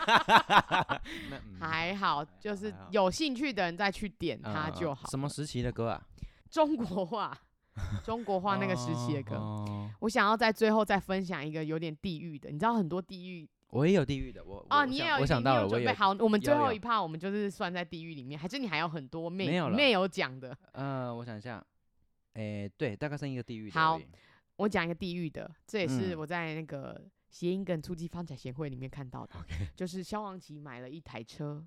[SPEAKER 3] 那那嗯
[SPEAKER 4] 还好，就是
[SPEAKER 3] 还好
[SPEAKER 4] 有兴趣的人再去点
[SPEAKER 3] 嗯
[SPEAKER 4] 它
[SPEAKER 3] 嗯
[SPEAKER 4] 就
[SPEAKER 3] 嗯
[SPEAKER 4] 好。
[SPEAKER 3] 什么时期的歌啊？
[SPEAKER 4] 中国话， 中国话那个时期的歌，
[SPEAKER 3] 哦
[SPEAKER 4] 我想要在最后再分享一个有点地狱的，你知道很多地狱
[SPEAKER 3] 我也有地狱的，我
[SPEAKER 4] 啊，
[SPEAKER 3] 我
[SPEAKER 4] 你也
[SPEAKER 3] 想
[SPEAKER 4] 有一定
[SPEAKER 3] 我想到
[SPEAKER 4] 你
[SPEAKER 3] 了，
[SPEAKER 4] 有
[SPEAKER 3] 我
[SPEAKER 4] 准备
[SPEAKER 3] 有
[SPEAKER 4] 好，我们最
[SPEAKER 3] 有
[SPEAKER 4] 后
[SPEAKER 3] 有
[SPEAKER 4] 一趴我们就是算在地狱里面，还是你还有很多
[SPEAKER 3] 没
[SPEAKER 4] 没
[SPEAKER 3] 有了
[SPEAKER 4] 没有讲的？
[SPEAKER 3] 呃，我想一下，诶，对，大概剩一个地狱的
[SPEAKER 4] 好
[SPEAKER 3] 而已，
[SPEAKER 4] 我讲一个地狱的，这也是
[SPEAKER 3] 嗯
[SPEAKER 4] 我在那个谐音梗初级发展协会里面看到的，就是萧煌奇买了一台车，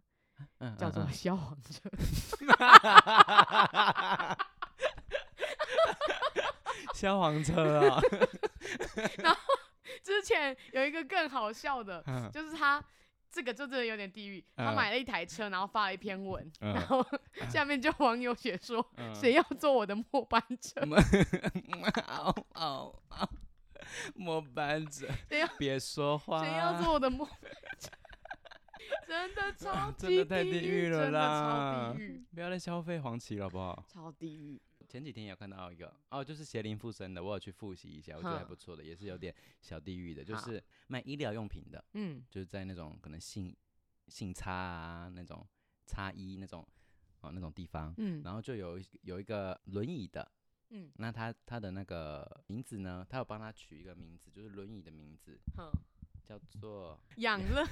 [SPEAKER 3] 嗯
[SPEAKER 4] 叫做
[SPEAKER 3] 嗯
[SPEAKER 4] 萧煌车，
[SPEAKER 3] 嗯消防车啊，
[SPEAKER 4] 之前有一个更好笑的，
[SPEAKER 3] 嗯
[SPEAKER 4] 就是他。这个就真的有点地狱。他
[SPEAKER 3] 嗯
[SPEAKER 4] 买了一台车，然后发了一篇文，
[SPEAKER 3] 嗯
[SPEAKER 4] 然 后下面就网友写说：“
[SPEAKER 3] 嗯
[SPEAKER 4] 谁要坐我的末班车？”
[SPEAKER 3] 嗷嗷嗷！末班者
[SPEAKER 4] 谁要，
[SPEAKER 3] 别说话，
[SPEAKER 4] 谁要做我的梦？ 真的超级
[SPEAKER 3] 真的太地狱了
[SPEAKER 4] 真的
[SPEAKER 3] 啦
[SPEAKER 4] 超地狱，
[SPEAKER 3] 不要再消费黄芪了，好不好？
[SPEAKER 4] 超地狱。
[SPEAKER 3] 前几天有看到一个哦，就是邪灵附身的，我有去复习一下，我觉得还
[SPEAKER 4] 哼
[SPEAKER 3] 不错的，也是有点小地狱的，就
[SPEAKER 4] 好
[SPEAKER 3] 是卖医疗用品的，
[SPEAKER 4] 嗯，
[SPEAKER 3] 就是在那种可能性性差啊那种差医那种哦那种地方，
[SPEAKER 4] 嗯
[SPEAKER 3] 然后就有一有一个轮椅的，
[SPEAKER 4] 嗯，
[SPEAKER 3] 那他他的那个名字呢，他有帮他取一个名字，就是轮椅的名字
[SPEAKER 4] 哼，
[SPEAKER 3] 叫做，
[SPEAKER 4] 养乐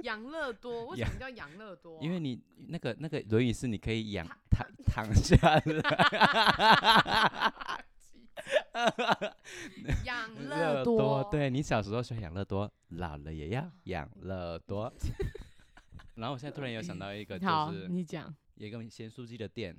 [SPEAKER 4] 养乐多，为什
[SPEAKER 3] 养
[SPEAKER 4] 么叫养乐多啊、
[SPEAKER 3] 因为你那个那个轮椅是你可以仰
[SPEAKER 4] 躺
[SPEAKER 3] 躺躺 下来。
[SPEAKER 4] 养
[SPEAKER 3] 乐
[SPEAKER 4] 乐
[SPEAKER 3] 多，，对你小时候喜欢养乐多，老了也要养乐 多。然后我现在突然有想到一个，就
[SPEAKER 4] 好，
[SPEAKER 3] 是
[SPEAKER 4] 你讲，
[SPEAKER 3] 有一个咸酥鸡的店，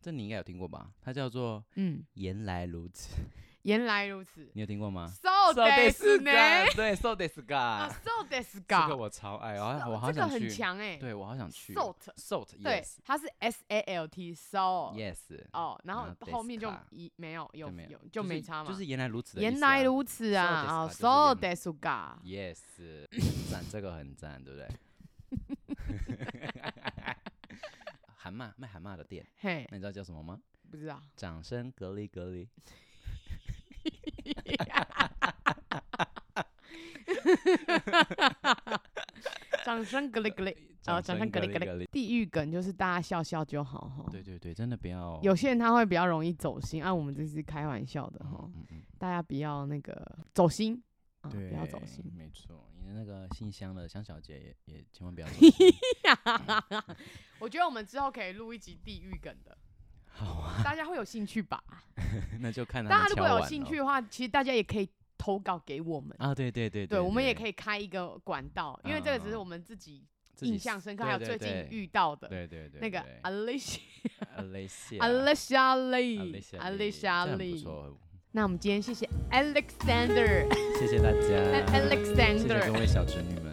[SPEAKER 3] 这你应该有听过吧？它叫做
[SPEAKER 4] 嗯，
[SPEAKER 3] 原来如此，
[SPEAKER 4] 原来如此。
[SPEAKER 3] 你有听过吗
[SPEAKER 4] So this 呢？
[SPEAKER 3] 对，so this
[SPEAKER 4] 啊
[SPEAKER 3] ga，
[SPEAKER 4] ，So this
[SPEAKER 3] 这个
[SPEAKER 4] guy，
[SPEAKER 3] 我超爱，然后我好
[SPEAKER 4] 这个
[SPEAKER 3] 想
[SPEAKER 4] 很
[SPEAKER 3] 去，
[SPEAKER 4] 强哎、
[SPEAKER 3] 对我好想去
[SPEAKER 4] Salt
[SPEAKER 3] salt
[SPEAKER 4] 对
[SPEAKER 3] yes，
[SPEAKER 4] 它是 S A L T so。
[SPEAKER 3] yes，
[SPEAKER 4] 哦，然后
[SPEAKER 3] 然后
[SPEAKER 4] 后面就
[SPEAKER 3] Deska
[SPEAKER 4] 一没有有
[SPEAKER 3] 啊就没
[SPEAKER 4] 有就没差嘛，
[SPEAKER 3] 就是原来如此的意思啊，
[SPEAKER 4] 原来如此啊！啊
[SPEAKER 3] So
[SPEAKER 4] ，so
[SPEAKER 3] desu ga，就
[SPEAKER 4] desu
[SPEAKER 3] 是
[SPEAKER 4] ga，
[SPEAKER 3] Yes，很赞，这个很赞，对不对？韩骂卖韩骂的店，
[SPEAKER 4] 嘿，
[SPEAKER 3] 那你知道叫什么吗？
[SPEAKER 4] 不知道，
[SPEAKER 3] 掌声格力格力。
[SPEAKER 4] 掌 声格里格里。哦掌声格力格力
[SPEAKER 3] 力。
[SPEAKER 4] 地狱梗就是大家笑笑就好哈。
[SPEAKER 3] 对对对，真的不要
[SPEAKER 4] 哦有些人他会比较容易走心，啊按、我们这是开玩笑的哈，
[SPEAKER 3] 嗯嗯
[SPEAKER 4] 大家不要那个走心啊，
[SPEAKER 3] 嗯，
[SPEAKER 4] 不
[SPEAKER 3] 对，
[SPEAKER 4] 要走心。
[SPEAKER 3] 没错，你的那个姓香的香小姐也也千万不要走 心。嗯
[SPEAKER 4] 我觉得我们之后可以录一集地狱梗 的，
[SPEAKER 3] 好 啊，
[SPEAKER 4] 大家会有兴趣吧？
[SPEAKER 3] 那就看
[SPEAKER 4] 大
[SPEAKER 3] 他
[SPEAKER 4] 家如
[SPEAKER 3] 们
[SPEAKER 4] 果
[SPEAKER 3] 敲碗
[SPEAKER 4] 有
[SPEAKER 3] 咯
[SPEAKER 4] 兴趣的话，其实大家也可以投稿给我们，
[SPEAKER 3] 啊，对对对哦
[SPEAKER 4] 对我们也可
[SPEAKER 3] 以
[SPEAKER 4] 以开一个管道，因为这个只是我们自己印象深刻，还有最近遇到的
[SPEAKER 3] 对对对
[SPEAKER 4] 那个
[SPEAKER 3] 对
[SPEAKER 4] Alicia
[SPEAKER 3] Alicia
[SPEAKER 4] Alicia Lee
[SPEAKER 3] Alicia Lee，
[SPEAKER 4] Alicia
[SPEAKER 3] 这很不
[SPEAKER 4] Lee。
[SPEAKER 3] 错，哦
[SPEAKER 4] 那我们今天谢谢 Alexander
[SPEAKER 3] 谢谢大
[SPEAKER 4] Alexander
[SPEAKER 3] 家，谢谢各位小侄女们。